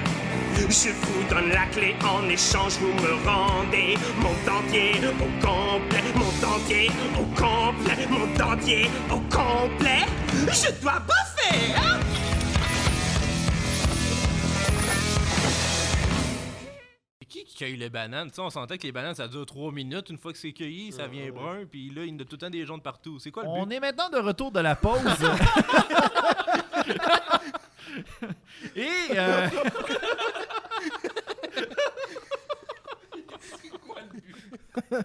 Speaker 6: Je vous donne la clé en échange, vous me rendez mon dentier au complet, mon dentier au complet, mon dentier au complet. Je dois bouffer. hein?
Speaker 2: C'est Qui qui cueille les bananes? Tu sais, on sentait que les bananes, ça dure 3 minutes. Une fois que c'est cueilli, ça vient brun. Puis là, il y en a tout le temps des gens de partout. C'est quoi le
Speaker 1: On
Speaker 2: but?
Speaker 1: est maintenant de retour de la pause. Et euh,
Speaker 5: Quoi le but?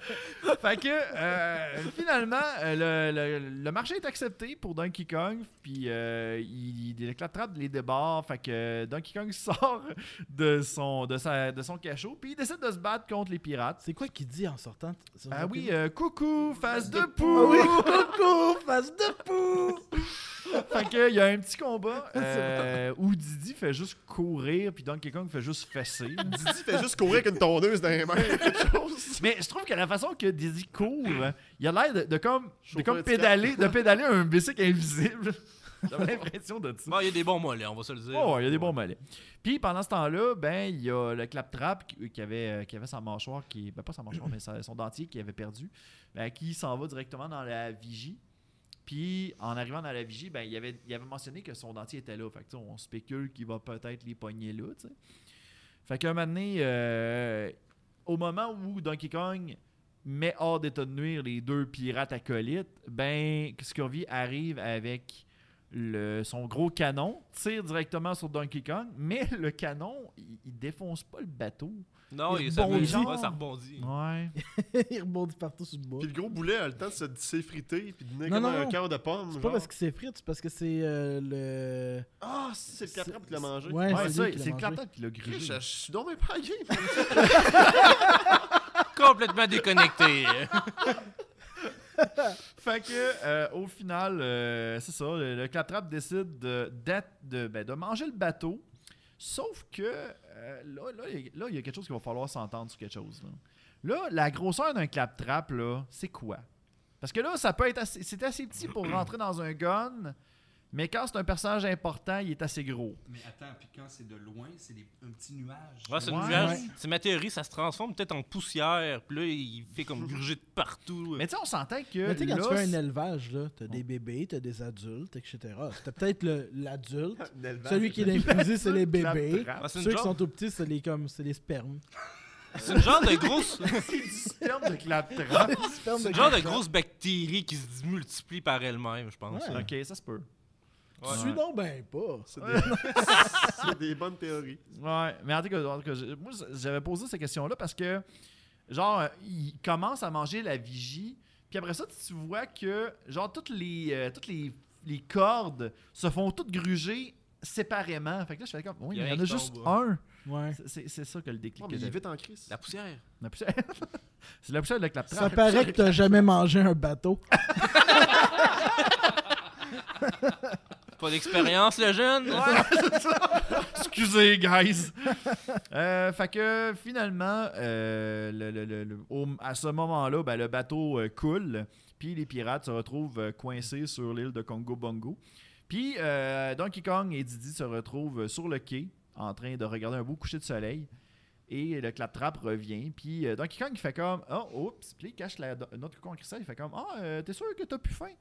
Speaker 1: fait que euh, finalement euh, le, le- le marché est accepté pour Donkey Kong puis euh, il, il éclate les débarres fait que Donkey Kong sort de son de sa de son cachot puis il décide de se battre contre les pirates.
Speaker 3: C'est quoi qu'il dit en sortant Ça vous
Speaker 1: Ah
Speaker 3: rappelle?
Speaker 1: oui, euh, coucou face de
Speaker 3: Ah
Speaker 1: poule.
Speaker 3: oui, coucou, face de pou!
Speaker 1: fait que, il y a un petit combat euh, où Didi fait juste courir, puis Donkey Kong fait juste fesser.
Speaker 4: Didi fait juste courir avec une tondeuse dans les mains, quelque chose.
Speaker 1: Mais je trouve que la façon que Dizzy court, il a l'air de, de comme, de
Speaker 4: Chauffeur
Speaker 1: comme
Speaker 4: handicap.
Speaker 1: pédaler, de pédaler un bicycle invisible. J'avais l'impression de ça.
Speaker 2: Bon, il y a des bons mollets, on va se le dire.
Speaker 1: Oh, il y a des bons mollets. Puis pendant ce temps-là, ben il y a le claptrap qui qui avait, euh, qui avait sa mâchoire, qui ben pas sa mâchoire, mais sa- son dentier qui avait perdu, ben, qui s'en va directement dans la vigie. Puis en arrivant dans la vigie, ben, il, avait, il avait mentionné que son dentier était là. Fait que, tu sais, on spécule qu'il va peut-être les pogner là. tu sais. Fait qu'un moment donné, euh, au moment où Donkey Kong met hors d'état de nuire les deux pirates acolytes, ben Scurvy arrive avec le, son gros canon, tire directement sur Donkey Kong, mais le canon, il, il défonce pas le bateau.
Speaker 2: Non,
Speaker 1: Il
Speaker 2: il- ça,
Speaker 1: rebondit.
Speaker 2: ouais, ça rebondit.
Speaker 1: Ouais.
Speaker 3: il rebondit partout sur le bas.
Speaker 4: Puis le gros boulet a le temps de se- de s'effriter puis de venir
Speaker 3: Non,
Speaker 4: comme
Speaker 3: non,
Speaker 4: un
Speaker 3: non.
Speaker 4: cœur de pomme.
Speaker 3: C'est pas
Speaker 4: genre.
Speaker 3: parce qu'il s'effrite, c'est parce que c'est euh, le.
Speaker 4: Ah, si, c'est le claptrap qui l'a mangé.
Speaker 3: Ouais,
Speaker 1: Ouais,
Speaker 3: c'est
Speaker 1: ça,
Speaker 3: lui qui l'a
Speaker 1: c'est le
Speaker 3: mangé.
Speaker 1: claptrap qui l'a
Speaker 4: Chris,
Speaker 1: grillé.
Speaker 4: Je je suis donc même pas gay.
Speaker 2: Complètement déconnecté.
Speaker 1: Fait que, euh, au final, euh, c'est ça, le, le claptrap décide de, d'être- de, ben, de manger le bateau. Sauf que euh, là, là, il y a- là, il y a quelque chose qu'il va falloir s'entendre sur quelque chose. Là, Là, la grosseur d'un claptrap, là, c'est quoi? Parce que là, ça peut être assez, c'est assez petit pour rentrer dans un gun, mais quand c'est un personnage important, il est assez gros.
Speaker 5: Mais attends, puis quand c'est de loin, c'est des- un petit nuage.
Speaker 2: Ouais, c'est, une
Speaker 1: Ouais.
Speaker 2: nuage. c'est ma théorie, ça se transforme peut-être en poussière. Puis là, il fait comme gruger de partout.
Speaker 1: Mais tu sais, on s'entend que.
Speaker 3: Mais tu sais, quand
Speaker 1: là,
Speaker 3: tu fais
Speaker 1: c'est-
Speaker 3: un élevage, là, t'as des bébés, t'as des adultes, etc. C'était peut-être le- l'adulte. Celui qui est infusé, c'est les bébés.
Speaker 1: claptrap,
Speaker 2: Ah, c'est, une
Speaker 3: Ceux qui
Speaker 2: genre,
Speaker 3: sont tout petits, c'est les comme c'est les spermes.
Speaker 2: c'est une genre de grosse,
Speaker 1: c'est du sperme de claptrap.
Speaker 3: Les spermes
Speaker 2: c'est
Speaker 3: de
Speaker 2: une genre de
Speaker 3: quelqu'un.
Speaker 2: grosse bactérie qui se multiplie par elle-même, je pense.
Speaker 3: Ouais.
Speaker 1: ok, ça se peut.
Speaker 2: Ouais.
Speaker 3: Tu suis donc ben pas.
Speaker 4: C'est des... c'est des bonnes théories.
Speaker 1: Ouais, mais en tout cas, en tout cas, je- moi, j'avais posé ces questions-là parce que, genre, euh, il commence à manger la vigie, puis après ça, tu vois que, genre, toutes les, euh, toutes les, les cordes se font toutes gruger séparément. Fait que là, je fais comme, oui,
Speaker 2: Il y
Speaker 1: mais
Speaker 2: a
Speaker 1: il y en
Speaker 2: rien
Speaker 1: a
Speaker 2: qui
Speaker 1: juste
Speaker 2: tombe,
Speaker 1: un.
Speaker 3: Ouais.
Speaker 1: C'est- C'est c'est ça que le déclic
Speaker 4: Oh,
Speaker 1: que
Speaker 4: mais il est
Speaker 1: j'avais.
Speaker 4: vite en crise.
Speaker 2: La poussière.
Speaker 1: La poussière. C'est la poussière de la claptrap.
Speaker 3: Ça paraît que t'as jamais mangé un bateau.
Speaker 2: Pas d'expérience, le jeune.
Speaker 1: Excusez, guys. Euh, fait que finalement, euh, le- le- le- le- au- à ce moment-là, ben, le bateau euh, coule, puis les pirates se retrouvent euh, coincés sur l'île de Congo Bongo. Puis euh, Donkey Kong et Didi se retrouvent euh, sur le quai en train de regarder un beau coucher de soleil. Et le claptrap revient. Puis euh, Donkey Kong, il fait comme Oh, oups. Puis là, il cache la, notre coucou en cristal. Il fait comme Ah, euh, t'es sûr que t'as plus faim?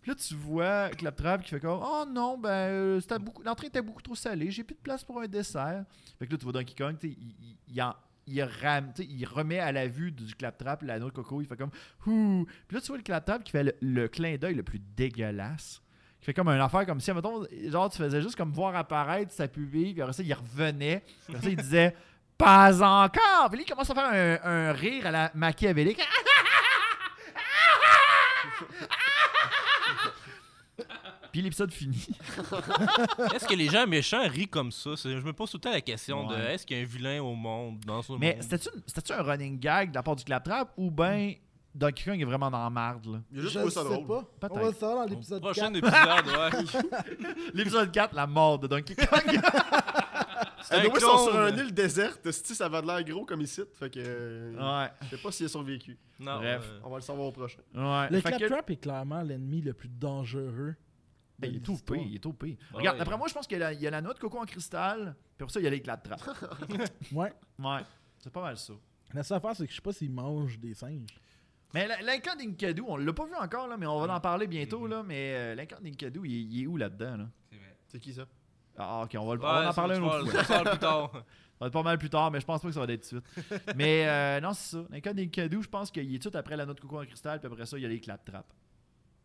Speaker 1: Puis là, tu vois Claptrap qui fait comme Oh non, ben, euh, c'était beaucoup- l'entrée était beaucoup trop salée, j'ai plus de place pour un dessert. Fait que là, tu vois Donkey Kong, tu sais, il, il, il en- il ram- tu sais, il remet à la vue du Claptrap l'anneau de coco, il fait comme Ouh. Puis là, tu vois le Claptrap qui fait le, le clin d'œil le plus dégueulasse. Qui fait comme un affaire comme si, mettons, genre, tu faisais juste comme voir apparaître sa pupille, puis après ça, il revenait. Puis après ça, il disait Pas encore. Puis là, il commence à faire un, un rire à la machiavélique. Ah! Puis l'épisode finit.
Speaker 2: Est-ce que les gens méchants rient comme ça? C'est- Je me pose tout le temps la question de
Speaker 1: Ouais.
Speaker 2: est-ce qu'il y a un vilain au monde dans ce
Speaker 1: Mais
Speaker 2: monde?
Speaker 1: c'était-tu une- c'était-tu un running gag de la part du Claptrap ou ben Donkey Kong est vraiment dans la marde, là?
Speaker 4: Il a juste
Speaker 3: je
Speaker 4: trouvé ça
Speaker 3: sais
Speaker 4: drôle.
Speaker 3: pas.
Speaker 1: Peut-être.
Speaker 3: On va le savoir dans
Speaker 2: Au
Speaker 3: l'épisode 4.
Speaker 2: Prochain épisode, ouais.
Speaker 1: L'épisode 4, la mort de Donkey Kong.
Speaker 2: C'est
Speaker 4: Ah,
Speaker 2: un
Speaker 4: nous, ils sont sur
Speaker 2: clone.
Speaker 4: une île déserte. Si ça va de l'air gros comme ici, fait que euh,
Speaker 1: ouais,
Speaker 4: je sais pas s'il a survécu.
Speaker 2: Non,
Speaker 1: Bref.
Speaker 2: euh,
Speaker 4: On va le savoir au prochain.
Speaker 1: ouais.
Speaker 3: Le
Speaker 1: Ben, Fait que-
Speaker 3: claptrap est clairement l'ennemi le plus dangereux. de
Speaker 1: Ben, il est tout
Speaker 3: l'histoire.
Speaker 1: pire, il est tout pire.
Speaker 2: Ah
Speaker 1: Regarde,
Speaker 2: ouais.
Speaker 1: d'après moi, je pense qu'il y a la- il y a la noix de coco en cristal, puis pour ça, il y a les Claptrap.
Speaker 3: Ouais.
Speaker 1: ouais, c'est pas mal ça.
Speaker 3: La seule affaire, c'est que je sais pas s'il mange des singes.
Speaker 1: Mais la- l'incan d'Inkadoo, on l'a pas vu encore, là, mais on va en parler bientôt, là, mais euh, l'incan d'Inkadoo, il, est- il est où là-dedans, là?
Speaker 5: C'est vrai.
Speaker 4: C'est qui ça
Speaker 1: Ah, ok, on va, le- on
Speaker 2: ouais,
Speaker 1: va en
Speaker 2: ça,
Speaker 1: parler
Speaker 2: tu
Speaker 1: un autre
Speaker 2: parles-
Speaker 1: fois.
Speaker 2: ça parle plus tard.
Speaker 1: Ça va être pas mal plus tard, mais je pense pas que ça va être tout de suite. mais euh, non, c'est ça. Dans le cas des cadeaux, je pense qu'il est tout de suite après la note de coco en cristal, puis après ça, il y a les claptraps.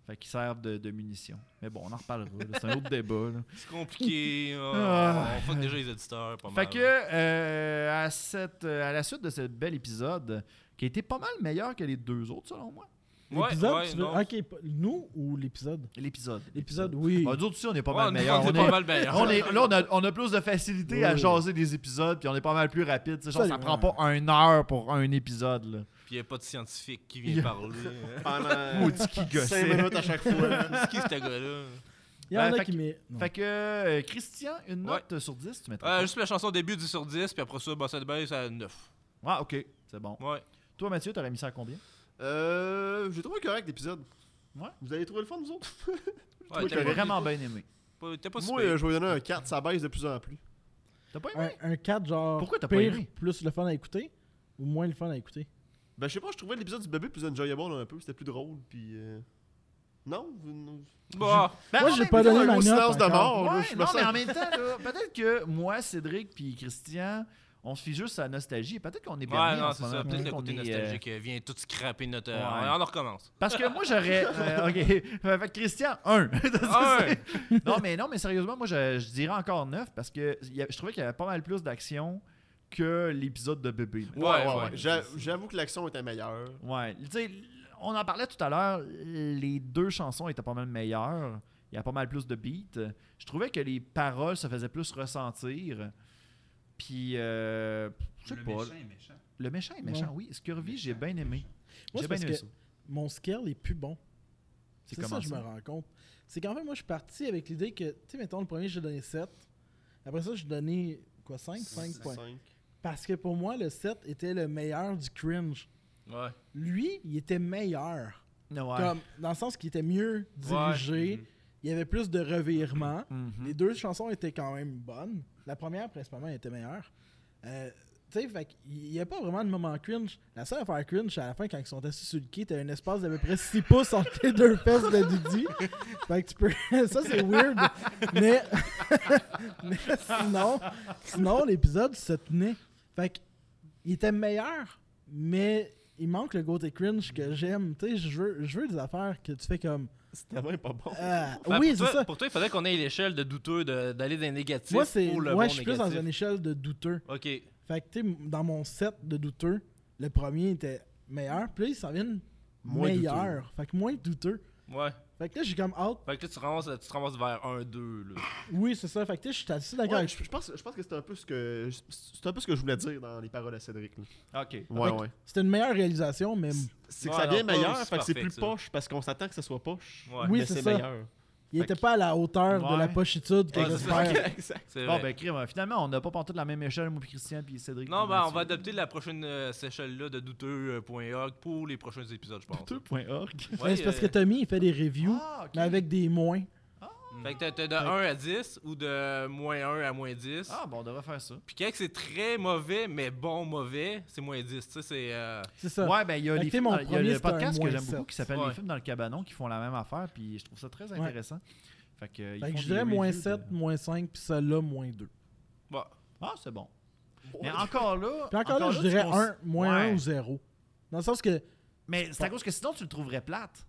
Speaker 1: Fait qu'ils servent de, de munitions. Mais bon, on en reparlera. là. C'est un autre débat. là.
Speaker 2: C'est compliqué. oh,
Speaker 1: Ah.
Speaker 2: on fuck déjà les éditeurs, pas
Speaker 1: Fait
Speaker 2: mal.
Speaker 1: que, euh, à, cette, euh, à la suite de ce bel épisode, qui a été pas mal meilleur que les deux autres, selon moi.
Speaker 2: Ouais,
Speaker 3: L'épisode,
Speaker 2: ouais,
Speaker 3: tu veux-
Speaker 2: non.
Speaker 3: Ok, pas- nous ou l'épisode
Speaker 1: L'épisode.
Speaker 3: L'épisode, oui.
Speaker 1: Bah, nous autres aussi, on est pas
Speaker 2: Ouais,
Speaker 1: mal
Speaker 2: Oh, nous,
Speaker 1: meilleur.
Speaker 2: on est pas mal meilleur.
Speaker 1: on est- là, on a, on a plus de facilité à
Speaker 3: Oui.
Speaker 1: jaser des épisodes, puis on est pas mal plus rapide. tu sais, Genre,
Speaker 3: Ça,
Speaker 1: ça
Speaker 3: les-
Speaker 1: prend pas une heure pour un épisode. Là.
Speaker 2: Puis il n'y a pas de scientifique qui vient parler. hein.
Speaker 4: Pendant
Speaker 1: Maudit qui
Speaker 4: 5
Speaker 1: gossait.
Speaker 4: minutes à chaque fois.
Speaker 2: C'est qui ce gars-là?
Speaker 3: Il y en
Speaker 1: Ben,
Speaker 3: a
Speaker 1: fait
Speaker 3: qui
Speaker 1: que-
Speaker 3: m'est. non.
Speaker 1: Fait que, euh, Christian, une
Speaker 2: Ouais.
Speaker 1: note sur 10, tu mettrais.
Speaker 2: Euh,
Speaker 1: quoi?
Speaker 2: juste la chanson au début 10 sur 10, puis après ça, bah, ça baisse à 9.
Speaker 1: Ah, ok, c'est bon.
Speaker 2: Ouais.
Speaker 1: Toi, Mathieu, t'aurais mis ça à combien
Speaker 4: Euh, j'ai trouvé correct l'épisode.
Speaker 1: Ouais.
Speaker 4: Vous avez trouvé le fun, vous autres
Speaker 2: Ouais,
Speaker 4: Oui,
Speaker 2: t'es
Speaker 1: T'as
Speaker 4: t'aurais-
Speaker 2: pas-
Speaker 1: vraiment bien aimé.
Speaker 2: pas- T'es pas si
Speaker 4: Moi,
Speaker 2: pire.
Speaker 4: euh, je vais donner un 4, ça baisse de plus en plus.
Speaker 1: T'as pas aimé
Speaker 3: Un, un 4 genre
Speaker 1: Pourquoi t'as pas
Speaker 3: pire
Speaker 1: aimé?
Speaker 3: plus le fun à écouter ou moins le fun à écouter?
Speaker 4: Ben, je sais pas, je trouvais l'épisode du bébé plus enjoyable un peu, c'était plus drôle, puis. euh, Non vous- vous-
Speaker 2: Bah,
Speaker 1: Ben,
Speaker 3: Moi
Speaker 1: en
Speaker 3: j'ai
Speaker 1: même
Speaker 3: pas
Speaker 1: temps,
Speaker 4: un
Speaker 3: donné ma Oh,
Speaker 4: gros
Speaker 3: note.
Speaker 4: silence de
Speaker 3: encore.
Speaker 4: mort. là,
Speaker 1: Ouais,
Speaker 4: je me
Speaker 1: non,
Speaker 4: sens-
Speaker 1: mais en même temps, là, peut-être que moi, Cédric puis Christian, on se fie juste à la nostalgie. Peut-être qu'on est permis
Speaker 2: ouais, non,
Speaker 1: en ce
Speaker 2: c'est ça.
Speaker 1: moment.
Speaker 2: Peut-être le
Speaker 1: qu'on
Speaker 2: côté
Speaker 1: est, euh,
Speaker 2: nostalgique euh, vient tout scraper notre. euh,
Speaker 1: Ouais.
Speaker 2: On on en recommence.
Speaker 1: Parce que moi, j'aurais. euh, OK. Euh, Fait que Christian, 1.
Speaker 2: Ah ouais.
Speaker 1: non, mais non, mais sérieusement, moi, je, je dirais encore 9 parce que il y a- je trouvais qu'il y avait pas mal plus d'action que l'épisode de bébé.
Speaker 2: Ouais, ouais, ouais.
Speaker 4: J'a- J'avoue que l'action était meilleure.
Speaker 1: Ouais. Tu sais, on en parlait tout à l'heure, les deux chansons étaient pas mal meilleures. Il y a pas mal plus de beats. Je trouvais que les paroles se faisaient plus ressentir. Puis, euh, je sais
Speaker 5: Le
Speaker 1: pas.
Speaker 5: méchant est méchant.
Speaker 1: Le méchant est méchant, oui. Scurvy, j'ai bien aimé.
Speaker 3: Moi,
Speaker 1: J'ai
Speaker 3: c'est
Speaker 1: bien
Speaker 3: parce
Speaker 1: aimé
Speaker 3: que
Speaker 1: ça.
Speaker 3: mon scale est plus bon.
Speaker 1: C'est
Speaker 3: C'est ça
Speaker 1: comment
Speaker 3: que je
Speaker 1: ça?
Speaker 3: me rends compte. C'est qu'en fait, moi, je suis parti avec l'idée que, tu sais, mettons, le premier, j'ai donné 7. Après ça, j'ai donné, quoi, 5? 5 points.
Speaker 4: Cinq.
Speaker 3: Parce que pour moi, le 7 était le meilleur du cringe.
Speaker 2: Ouais.
Speaker 3: Lui, il était meilleur.
Speaker 1: Ouais.
Speaker 3: Comme, dans le sens qu'il était mieux dirigé, il y avait plus de revirements. Les deux chansons étaient quand même bonnes. La première, principalement, était meilleure. Euh, tu sais, fait qu'il n'y a pas vraiment de moment cringe. La seule affaire cringe, c'est à la fin, quand ils sont assis sur le quai, t'as un espace d'à peu près 6 pouces entre les deux fesses de Didi. fait que tu peux. Ça, c'est weird. Mais. Mais sinon, sinon l'épisode se tenait. Fait que, il était meilleur, mais il manque le côté cringe que j'aime. Tu sais, je veux, je veux des affaires que tu fais comme.
Speaker 4: C'était vraiment pas bon.
Speaker 3: Ah,
Speaker 2: Fait Ben,
Speaker 3: oui,
Speaker 2: pour
Speaker 3: c'est
Speaker 2: toi-
Speaker 3: ça.
Speaker 2: Pour toi, il fallait qu'on ait l'échelle de douteux de- d'aller des négatifs
Speaker 3: Moi, c'est.
Speaker 2: pour le
Speaker 3: Moi,
Speaker 2: bon
Speaker 3: je suis plus dans
Speaker 2: négatif.
Speaker 3: une échelle de douteux.
Speaker 2: Ok.
Speaker 3: Fait que, tu sais, dans mon set de douteux, le premier était meilleur, puis là, ils s'en viennent
Speaker 4: Moins
Speaker 3: meilleurs. Fait que moins douteux.
Speaker 2: Ouais.
Speaker 3: Fait que là, j'ai comme hâte.
Speaker 2: Fait que là, tu ramasses, tu te ramasses vers 1-2. là.
Speaker 3: Oui, c'est ça. Fait que, tu sais, je suis assez d'accord
Speaker 4: Ouais,
Speaker 3: avec
Speaker 4: je, je pense, je pense que c'est un peu ce que c'est un peu ce que je voulais dire dans les paroles à Cédric. là.
Speaker 1: OK.
Speaker 4: Ouais,
Speaker 3: Fait que
Speaker 4: ouais.
Speaker 3: C'était une meilleure réalisation, mais
Speaker 4: C'est que
Speaker 2: Ouais,
Speaker 4: ça
Speaker 2: non,
Speaker 4: devient
Speaker 2: pas
Speaker 4: meilleur,
Speaker 2: aussi
Speaker 4: fait que
Speaker 2: parfait
Speaker 4: c'est plus
Speaker 2: que ça.
Speaker 4: poche parce qu'on s'attend que ça soit poche.
Speaker 2: Ouais.
Speaker 3: Oui,
Speaker 4: mais
Speaker 3: c'est
Speaker 4: c'est
Speaker 3: ça.
Speaker 4: meilleur.
Speaker 3: il
Speaker 2: Fait
Speaker 3: était
Speaker 2: que-
Speaker 3: pas à la hauteur de
Speaker 1: Ouais.
Speaker 3: la pochitude que
Speaker 2: Ouais, c'est ça.
Speaker 3: j'espère.
Speaker 4: exact.
Speaker 2: C'est
Speaker 1: Bon,
Speaker 2: vrai.
Speaker 1: ben, crime, hein. finalement, on n'a pas porté de la même échelle, moi, puis Christian, puis Cédric.
Speaker 2: non,
Speaker 1: puis
Speaker 2: ben, on
Speaker 1: Mathieu.
Speaker 2: va adopter la prochaine euh, cette échelle-là de douteux.org pour les prochains épisodes, je pense.
Speaker 1: 2.org.
Speaker 2: Ouais,
Speaker 3: Mais c'est parce
Speaker 2: euh,
Speaker 3: que Tommy, il fait des reviews,
Speaker 1: Ah, ok.
Speaker 3: mais avec des moins.
Speaker 2: Fait que t'as- t'as de 1 à 10 ou de moins 1 à moins 10.
Speaker 1: Ah, bon, on devrait faire ça.
Speaker 2: Puis quand c'est très mauvais, mais bon mauvais, c'est moins 10. Tu sais, c'est. euh,
Speaker 3: C'est ça.
Speaker 1: Ouais, ben, il y a,
Speaker 3: Fait
Speaker 1: les
Speaker 3: que
Speaker 1: films
Speaker 3: mon
Speaker 1: dans- il y a
Speaker 3: premier,
Speaker 1: le
Speaker 3: c'était un
Speaker 1: podcast que
Speaker 3: moins
Speaker 1: j'aime
Speaker 3: sept.
Speaker 1: beaucoup qui s'appelle
Speaker 2: Ouais.
Speaker 1: Les films dans le cabanon qui font la même affaire, puis je trouve ça très intéressant. Fait que, euh, ils
Speaker 3: Fait
Speaker 1: font
Speaker 3: que je
Speaker 1: des
Speaker 3: dirais moins
Speaker 1: reviews de-
Speaker 3: 7, moins 5, puis celle-là, moins 2.
Speaker 2: Bon.
Speaker 1: Ah, c'est bon. Mais encore là.
Speaker 3: Puis encore, là, je
Speaker 1: tu
Speaker 3: dirais
Speaker 1: cons-
Speaker 3: 1, moins 1
Speaker 1: Ouais.
Speaker 3: ou 0. Dans le sens que.
Speaker 1: Mais c'est à cause que sinon, tu le trouverais plate.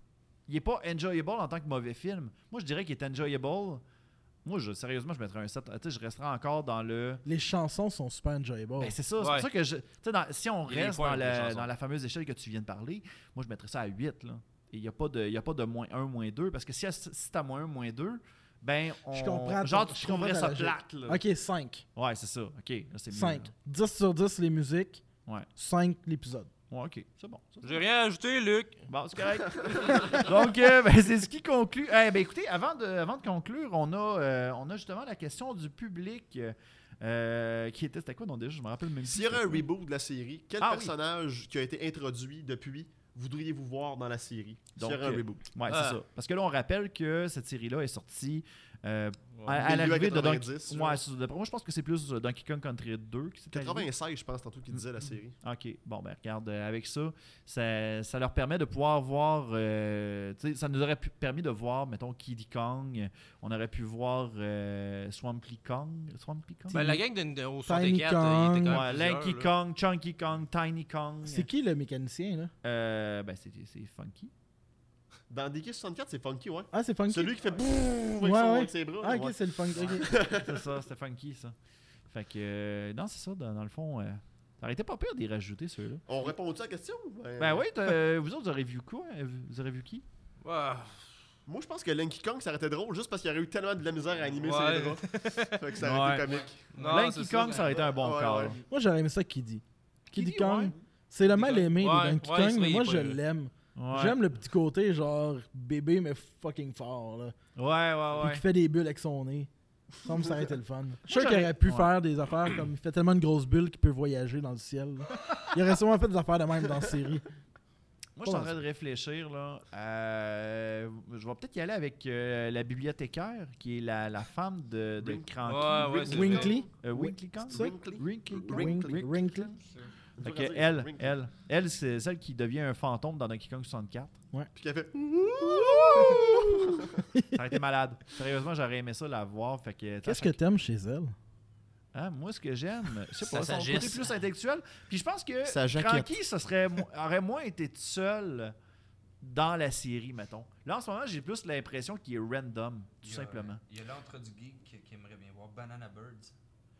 Speaker 1: Il n'est pas enjoyable en tant que mauvais film. Moi, je dirais qu'il est enjoyable. Moi, je, sérieusement, je mettrais un 7. Tu sais, je resterais encore dans le.
Speaker 3: Les chansons sont super enjoyable.
Speaker 1: Ben, c'est ça. C'est
Speaker 2: Ouais.
Speaker 1: pour ça que je. Tu sais, dans- si on
Speaker 2: Il y a des
Speaker 1: reste
Speaker 2: points
Speaker 1: dans
Speaker 2: avec les
Speaker 1: la,
Speaker 2: chansons.
Speaker 1: dans la fameuse échelle que tu viens de parler, moi, je mettrais ça à 8. Là. Et il n'y a, pas de- il y a pas de moins 1, moins 2. Parce que si, si tu as moins 1, moins 2, ben, on,
Speaker 3: Je comprends ton-
Speaker 1: Genre, tu
Speaker 3: je
Speaker 1: trouverais
Speaker 3: comprends
Speaker 1: ça
Speaker 3: ta
Speaker 1: plate. là.
Speaker 3: Ok, 5.
Speaker 1: Ouais, c'est ça. OK. Là, c'est mieux,
Speaker 3: 5. 10 sur 10, les musiques.
Speaker 1: là. Ouais.
Speaker 3: 5, l'épisode.
Speaker 1: Ouais, OK. C'est bon. Ça,
Speaker 2: J'ai rien ajouté, Luc.
Speaker 1: Bon, c'est correct. Donc, euh, ben, c'est ce qui conclut. Eh ben, écoutez, avant de, avant de conclure, on a, euh, on a justement la question du public euh, qui était. C'était quoi, non, déjà Je me rappelle même plus
Speaker 4: S'il y aurait
Speaker 1: c'était
Speaker 4: un
Speaker 1: quoi.
Speaker 4: reboot de la série, quel
Speaker 1: Ah oui.
Speaker 4: personnage qui a été introduit depuis voudriez-vous voir dans la série S'il
Speaker 1: Donc,
Speaker 4: y aurait un
Speaker 1: euh,
Speaker 4: reboot.
Speaker 1: Ouais,
Speaker 2: Ah.
Speaker 1: c'est ça. Parce que là, on rappelle que cette série-là est sortie euh, à, à
Speaker 4: Milieu à
Speaker 1: l'arrivée de
Speaker 4: 90,
Speaker 1: Donkey
Speaker 4: genre.
Speaker 1: Ouais, c'est ça. D'après moi, je pense que c'est plus euh, Donkey Kong Country 2 qui s'est arrivé.
Speaker 4: 96, je pense, tantôt qu'il disait la série.
Speaker 1: OK. Bon, ben regarde, euh, avec ça, ça, ça leur permet de pouvoir voir. euh, tu sais, ça nous aurait pu- permis de voir, mettons, Kiddy Kong. On aurait pu voir euh, Swampy Kong. Swampy Kong?
Speaker 2: Ben, la gang de Nintendo
Speaker 3: Tiny
Speaker 2: 64, euh, il était quand
Speaker 3: Kong.
Speaker 1: Ouais,
Speaker 2: même. plusieurs,
Speaker 1: Lanky
Speaker 2: là.
Speaker 1: Kong, Chunky Kong, Tiny Kong.
Speaker 3: C'est qui le mécanicien, là
Speaker 1: Euh, ben, c'est c'est funky.
Speaker 4: Dans DK64, c'est funky, ouais.
Speaker 3: Ah, c'est Funky.
Speaker 4: Celui qui fait bouh
Speaker 3: Ouais,
Speaker 4: avec, son-
Speaker 3: ouais.
Speaker 4: avec ses bras.
Speaker 3: Ah,
Speaker 4: là,
Speaker 3: ok,
Speaker 4: ouais.
Speaker 3: c'est le Funky. ok.
Speaker 1: c'est ça, c'était funky, ça. Fait que, euh, non, c'est ça, dans, dans le fond. euh, ça aurait été pas pire d'y rajouter ceux-là.
Speaker 4: On répond-tu à la question Ben-
Speaker 1: Ben oui, t'as- vous autres, vous aurez vu quoi euh, Vous aurez vu qui
Speaker 2: Ouais.
Speaker 4: Moi, je pense que Lanky Kong, ça aurait été drôle juste parce qu'il y aurait eu tellement de la misère à animer
Speaker 2: Ouais.
Speaker 4: ses draps. fait que ça aurait été comique.
Speaker 2: Non, c'est
Speaker 1: Lanky
Speaker 2: ça. ben,
Speaker 1: Kong, ça aurait été un bon
Speaker 4: Ouais,
Speaker 1: corps.
Speaker 4: ouais.
Speaker 3: Moi, j'aurais aimé ça, Kiddy. Kiddy
Speaker 1: Kiddy,
Speaker 3: Kong.
Speaker 1: ouais.
Speaker 3: C'est le mal
Speaker 2: Kong.
Speaker 3: aimé
Speaker 2: Ouais,
Speaker 3: de Donkey
Speaker 2: ouais,
Speaker 3: Kong,
Speaker 2: ça,
Speaker 3: mais
Speaker 2: il est
Speaker 3: moi,
Speaker 2: pas
Speaker 3: je
Speaker 2: là.
Speaker 3: l'aime.
Speaker 1: Ouais.
Speaker 3: J'aime le petit côté, genre, bébé, mais fucking fort, là.
Speaker 1: Ouais,
Speaker 3: Puis
Speaker 1: ouais,
Speaker 3: qui
Speaker 1: ouais.
Speaker 3: fait des bulles avec son nez. Ça me semble que ça aurait été le fun. Je suis sûr qu'il
Speaker 1: j'aurais-
Speaker 3: aurait pu
Speaker 1: Ouais.
Speaker 3: faire des affaires comme il fait tellement de grosses bulles qu'il peut voyager dans le ciel. là. Il aurait sûrement fait des affaires de même dans la série.
Speaker 1: Moi, je suis en train de réfléchir, là. Euh, je vais peut-être y aller avec euh, la bibliothécaire, qui est la, la femme de, de
Speaker 4: Wink-
Speaker 1: Cranky.
Speaker 2: Ouais, ouais, c'est
Speaker 3: Winkley.
Speaker 1: Euh, Winkley Khan?
Speaker 3: C'est ça?
Speaker 1: Winkley Khan?
Speaker 3: Winkley. Winkley.
Speaker 1: Fait que elle, elle, elle, c'est celle qui devient un fantôme dans Donkey Kong 64.
Speaker 4: Puis qu'elle fait. hmm,
Speaker 1: Ça aurait été malade. Sérieusement, j'aurais aimé ça la voir. Fait que,
Speaker 3: Qu'est-ce que t'aimes chez elle?
Speaker 1: Hein, moi, ce que j'aime, je sais
Speaker 2: Ça
Speaker 1: pas, son côté
Speaker 2: s'agisse.
Speaker 1: plus intellectuel. Puis je pense que
Speaker 4: Ça jaquette.
Speaker 1: Cranky, ça serait, mo- aurait moins été seul dans la série, mettons. Là, en ce moment, j'ai plus l'impression qu'il est random, tout
Speaker 5: Il y a-
Speaker 1: simplement.
Speaker 5: Il y a l'entre du geek qui, qui aimerait bien voir Banana Birds.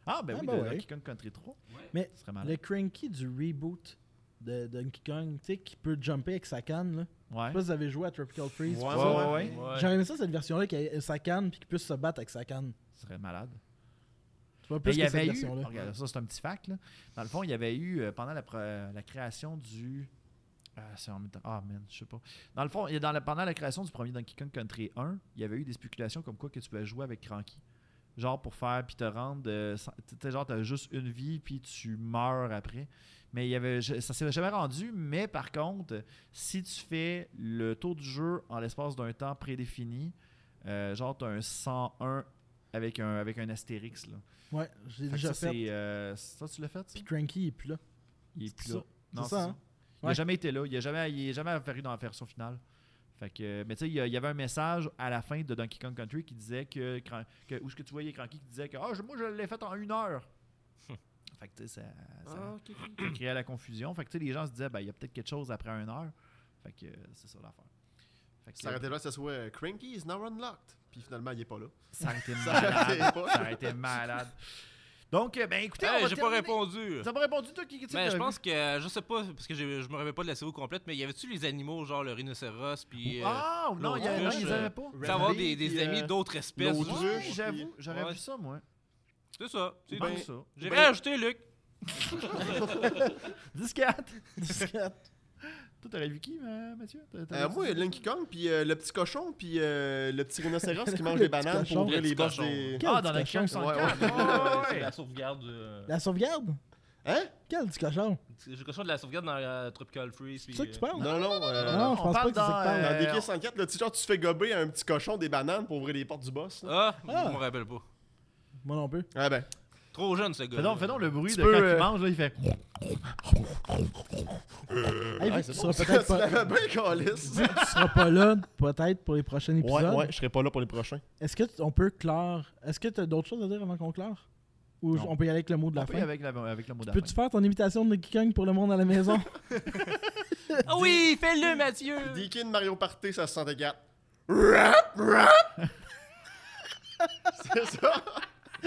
Speaker 1: Ah, ben
Speaker 3: Ah,
Speaker 1: oui,
Speaker 3: ben
Speaker 1: de
Speaker 3: ouais.
Speaker 1: Donkey Kong Country 3.
Speaker 5: Ouais.
Speaker 3: Mais
Speaker 1: Ce serait
Speaker 3: le
Speaker 1: malade.
Speaker 3: cranky du reboot de Donkey Kong, tu sais, qui peut jumper avec sa canne, là.
Speaker 1: Ouais.
Speaker 3: Je sais pas si vous avez joué à Tropical Freeze.
Speaker 1: Ouais,
Speaker 3: pis ça,
Speaker 1: ouais,
Speaker 3: là.
Speaker 1: ouais.
Speaker 2: Ouais.
Speaker 3: J'aurais aimé ça, cette version-là, qui a sa canne, puis qui puisse se battre avec sa canne.
Speaker 1: Ce serait malade.
Speaker 3: Tu vois,
Speaker 1: Mais
Speaker 3: plus
Speaker 1: il y
Speaker 3: que cette
Speaker 1: avait eu, Oh,
Speaker 3: version-là.
Speaker 1: regarde, ça c'est un petit fact, là. dans le fond, il y avait eu, euh, pendant la, pr- la création du... Ah, c'est en même temps. Ah, man, je sais pas. Dans le fond, il y a dans la- pendant la création du premier Donkey Kong Country 1, il y avait eu des spéculations comme quoi que tu pouvais jouer avec Cranky. Genre pour faire, puis te rendre... euh, sans- tu sais, genre, t'as juste une vie, puis tu meurs après. Mais il y avait, je- ça s'est jamais rendu, mais par contre, si tu fais le tour du jeu en l'espace d'un temps prédéfini, euh, genre t'as un 101 avec un, avec un astérix, là.
Speaker 3: Ouais, j'ai
Speaker 1: Fait que
Speaker 3: déjà
Speaker 1: ça,
Speaker 3: fait.
Speaker 1: c'est, Ah, euh, ça, tu l'as fait, ça?
Speaker 3: Puis Cranky, il est plus là.
Speaker 1: Il est
Speaker 3: c'est
Speaker 1: plus
Speaker 3: ça.
Speaker 1: là. Non,
Speaker 3: ça,
Speaker 1: c'est ça.
Speaker 3: hein?
Speaker 1: Il n'a
Speaker 3: Ouais.
Speaker 1: jamais été là. Il n'est jamais, il est jamais apparu dans la version finale. Fait que, mais tu sais, il y a- il y avait un message à la fin de Donkey Kong Country qui disait que. Cran- que où est-ce que tu voyais Cranky qui disait que Ah, je- moi, je l'ai fait en une heure. fait que, tu sais, ça,
Speaker 2: Ah,
Speaker 1: ça, ça créait la confusion. Fait que, tu sais, les gens se disaient, ben, il y a peut-être quelque chose après une heure. Fait que, euh, c'est ça l'affaire. Fait que,
Speaker 4: Ça aurait été là que ça soit euh, Cranky is now unlocked. Puis finalement, il est pas là.
Speaker 1: ça aurait été
Speaker 4: Ça
Speaker 1: malade.
Speaker 4: aurait été
Speaker 1: ça
Speaker 4: Ah, pas.
Speaker 1: aurait été malade. Donc, euh, ben, écoutez, on
Speaker 2: Hey,
Speaker 1: va
Speaker 2: j'ai pas
Speaker 1: terminer.
Speaker 2: répondu.
Speaker 1: T'as pas répondu, toi, qui, qui
Speaker 2: Ben,
Speaker 1: t'as
Speaker 2: je
Speaker 1: vu?
Speaker 2: pense que, euh, je sais pas, parce que j'ai- je me rappelle pas de la série complète, mais y avait-tu les animaux, genre le rhinocéros, puis. euh,
Speaker 1: Ah, non, il y a- non,
Speaker 2: l'autruche,
Speaker 1: ils les
Speaker 2: euh,
Speaker 1: avaient pas.
Speaker 2: faut avoir
Speaker 3: Renardi,
Speaker 2: des, des
Speaker 3: puis,
Speaker 2: amis
Speaker 3: euh,
Speaker 2: d'autres espèces.
Speaker 4: l'autruche.
Speaker 2: Ouais,
Speaker 1: Ouais,
Speaker 4: puis-
Speaker 1: j'avoue, j'aurais
Speaker 2: Ouais.
Speaker 1: vu ça, moi.
Speaker 2: C'est ça. c'est
Speaker 1: Ben,
Speaker 2: tout.
Speaker 1: ça.
Speaker 2: J'ai
Speaker 4: ben-
Speaker 2: rajouté Luc.
Speaker 1: 10-4. Toi, t'aurais vu qui, ma- Mathieu? T'a- t'aurais
Speaker 4: Euh,
Speaker 1: vu
Speaker 4: moi,
Speaker 1: ça?
Speaker 4: Linky Kong, puis euh, le petit cochon, puis euh, le petit rhinocéros qui mange
Speaker 3: Le
Speaker 4: des bananes
Speaker 3: petit
Speaker 4: pour ouvrir
Speaker 2: cochon. Le petit
Speaker 4: les boîtes
Speaker 2: cochon.
Speaker 4: des.
Speaker 3: Quel
Speaker 1: Ah,
Speaker 3: petit
Speaker 1: dans la
Speaker 3: cochon.
Speaker 1: 504. Ouais, ouais, ouais.
Speaker 2: sauvegarde. euh,
Speaker 3: La sauvegarde?
Speaker 4: Hein?
Speaker 3: Quel petit cochon?
Speaker 2: J'ai question de la sauvegarde dans euh, Tropical Freeze.
Speaker 3: C'est
Speaker 2: puis,
Speaker 3: ça que tu
Speaker 2: euh,
Speaker 3: parles?
Speaker 4: Non, non. euh,
Speaker 3: Non, je
Speaker 1: on parle
Speaker 3: pense pas que c'est ça que tu
Speaker 1: dans,
Speaker 3: parles.
Speaker 4: Dans
Speaker 1: euh,
Speaker 4: DK 104, là, tu, genre, tu te fais gober un petit cochon des bananes pour ouvrir les portes du boss. là.
Speaker 2: Ah,
Speaker 3: Ah.
Speaker 2: je me rappelle pas.
Speaker 3: Moi non plus.
Speaker 4: Ah ben.
Speaker 2: Trop jeune ce gars.
Speaker 1: Fais donc, fais donc le bruit
Speaker 4: Tu
Speaker 1: de
Speaker 4: peux,
Speaker 1: quand il
Speaker 4: euh,
Speaker 1: mange, là, il fait. Euh,
Speaker 3: Hey, vu que tu seras
Speaker 4: Ça
Speaker 3: Ah, peut-être pas...
Speaker 4: serait bien calisse.
Speaker 3: vu que tu seras pas là, peut-être, pour les prochains
Speaker 4: Ouais,
Speaker 3: épisodes.
Speaker 4: ouais, je serais pas là pour les prochains.
Speaker 3: Est-ce que t- on peut clore Est-ce que tu as d'autres choses à dire avant qu'on clore Ou j-
Speaker 1: Non.
Speaker 3: on peut y aller avec le mot de la
Speaker 1: On peut y
Speaker 3: fin
Speaker 1: avec, la, avec le mot d'après.
Speaker 3: Peux-tu faire ton imitation de Donkey Kong pour le monde à la maison
Speaker 2: Ah oui, fais-le, Mathieu.
Speaker 4: DK de Mario Party, ça se sentait gap. Rap, rap! C'est ça?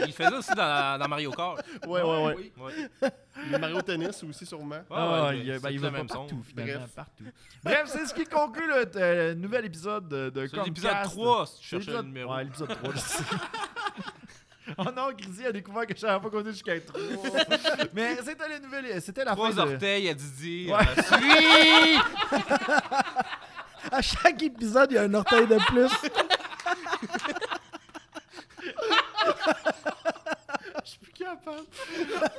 Speaker 2: Il faisait aussi dans, dans Mario Kart.
Speaker 4: Ouais, ouais, ouais.
Speaker 5: Oui.
Speaker 2: Ouais.
Speaker 4: Les Mario Tennis aussi, sûrement.
Speaker 1: Ah,
Speaker 2: ouais,
Speaker 1: il, y a-
Speaker 2: c'est
Speaker 1: ben, il
Speaker 2: tout
Speaker 1: va
Speaker 2: le
Speaker 1: pas
Speaker 2: même son.
Speaker 1: partout, finalement,
Speaker 4: Bref.
Speaker 1: partout. Bref, c'est ce qui conclut le euh, nouvel épisode de, de
Speaker 2: C'est l'épisode
Speaker 1: Comcast.
Speaker 2: 3, si tu
Speaker 1: C'est
Speaker 2: cherchais le
Speaker 1: l'épisode-
Speaker 2: numéro.
Speaker 1: Ouais, l'épisode 3, je sais. Oh non, Chrissy a découvert que je savais pas compter jusqu'à 3. Mais c'était le nouvel- c'était la fin
Speaker 2: Trois
Speaker 1: de...
Speaker 2: orteils à Didi.
Speaker 1: euh, Ouais.
Speaker 2: euh, suis!
Speaker 3: À chaque épisode, il y a un orteil de plus.
Speaker 1: Je suis plus capable.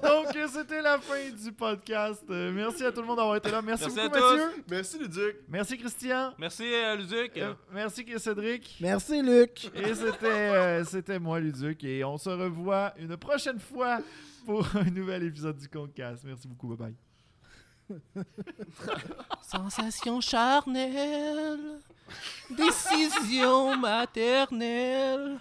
Speaker 1: Donc, euh, c'était la fin du podcast. Euh, merci à tout le monde d'avoir été là. Merci,
Speaker 2: Merci
Speaker 1: beaucoup,
Speaker 2: à tous.
Speaker 1: Mathieu.
Speaker 4: Merci, Luduc.
Speaker 1: Merci, Christian.
Speaker 2: Merci, euh, Luduc.
Speaker 1: Euh, merci, Cédric.
Speaker 3: Merci Luc.
Speaker 1: Et c'était euh, c'était moi, Luduc. Et on se revoit une prochaine fois pour un nouvel épisode du Concast. Merci beaucoup. Bye bye.
Speaker 2: Sensation charnelle, décision maternelle.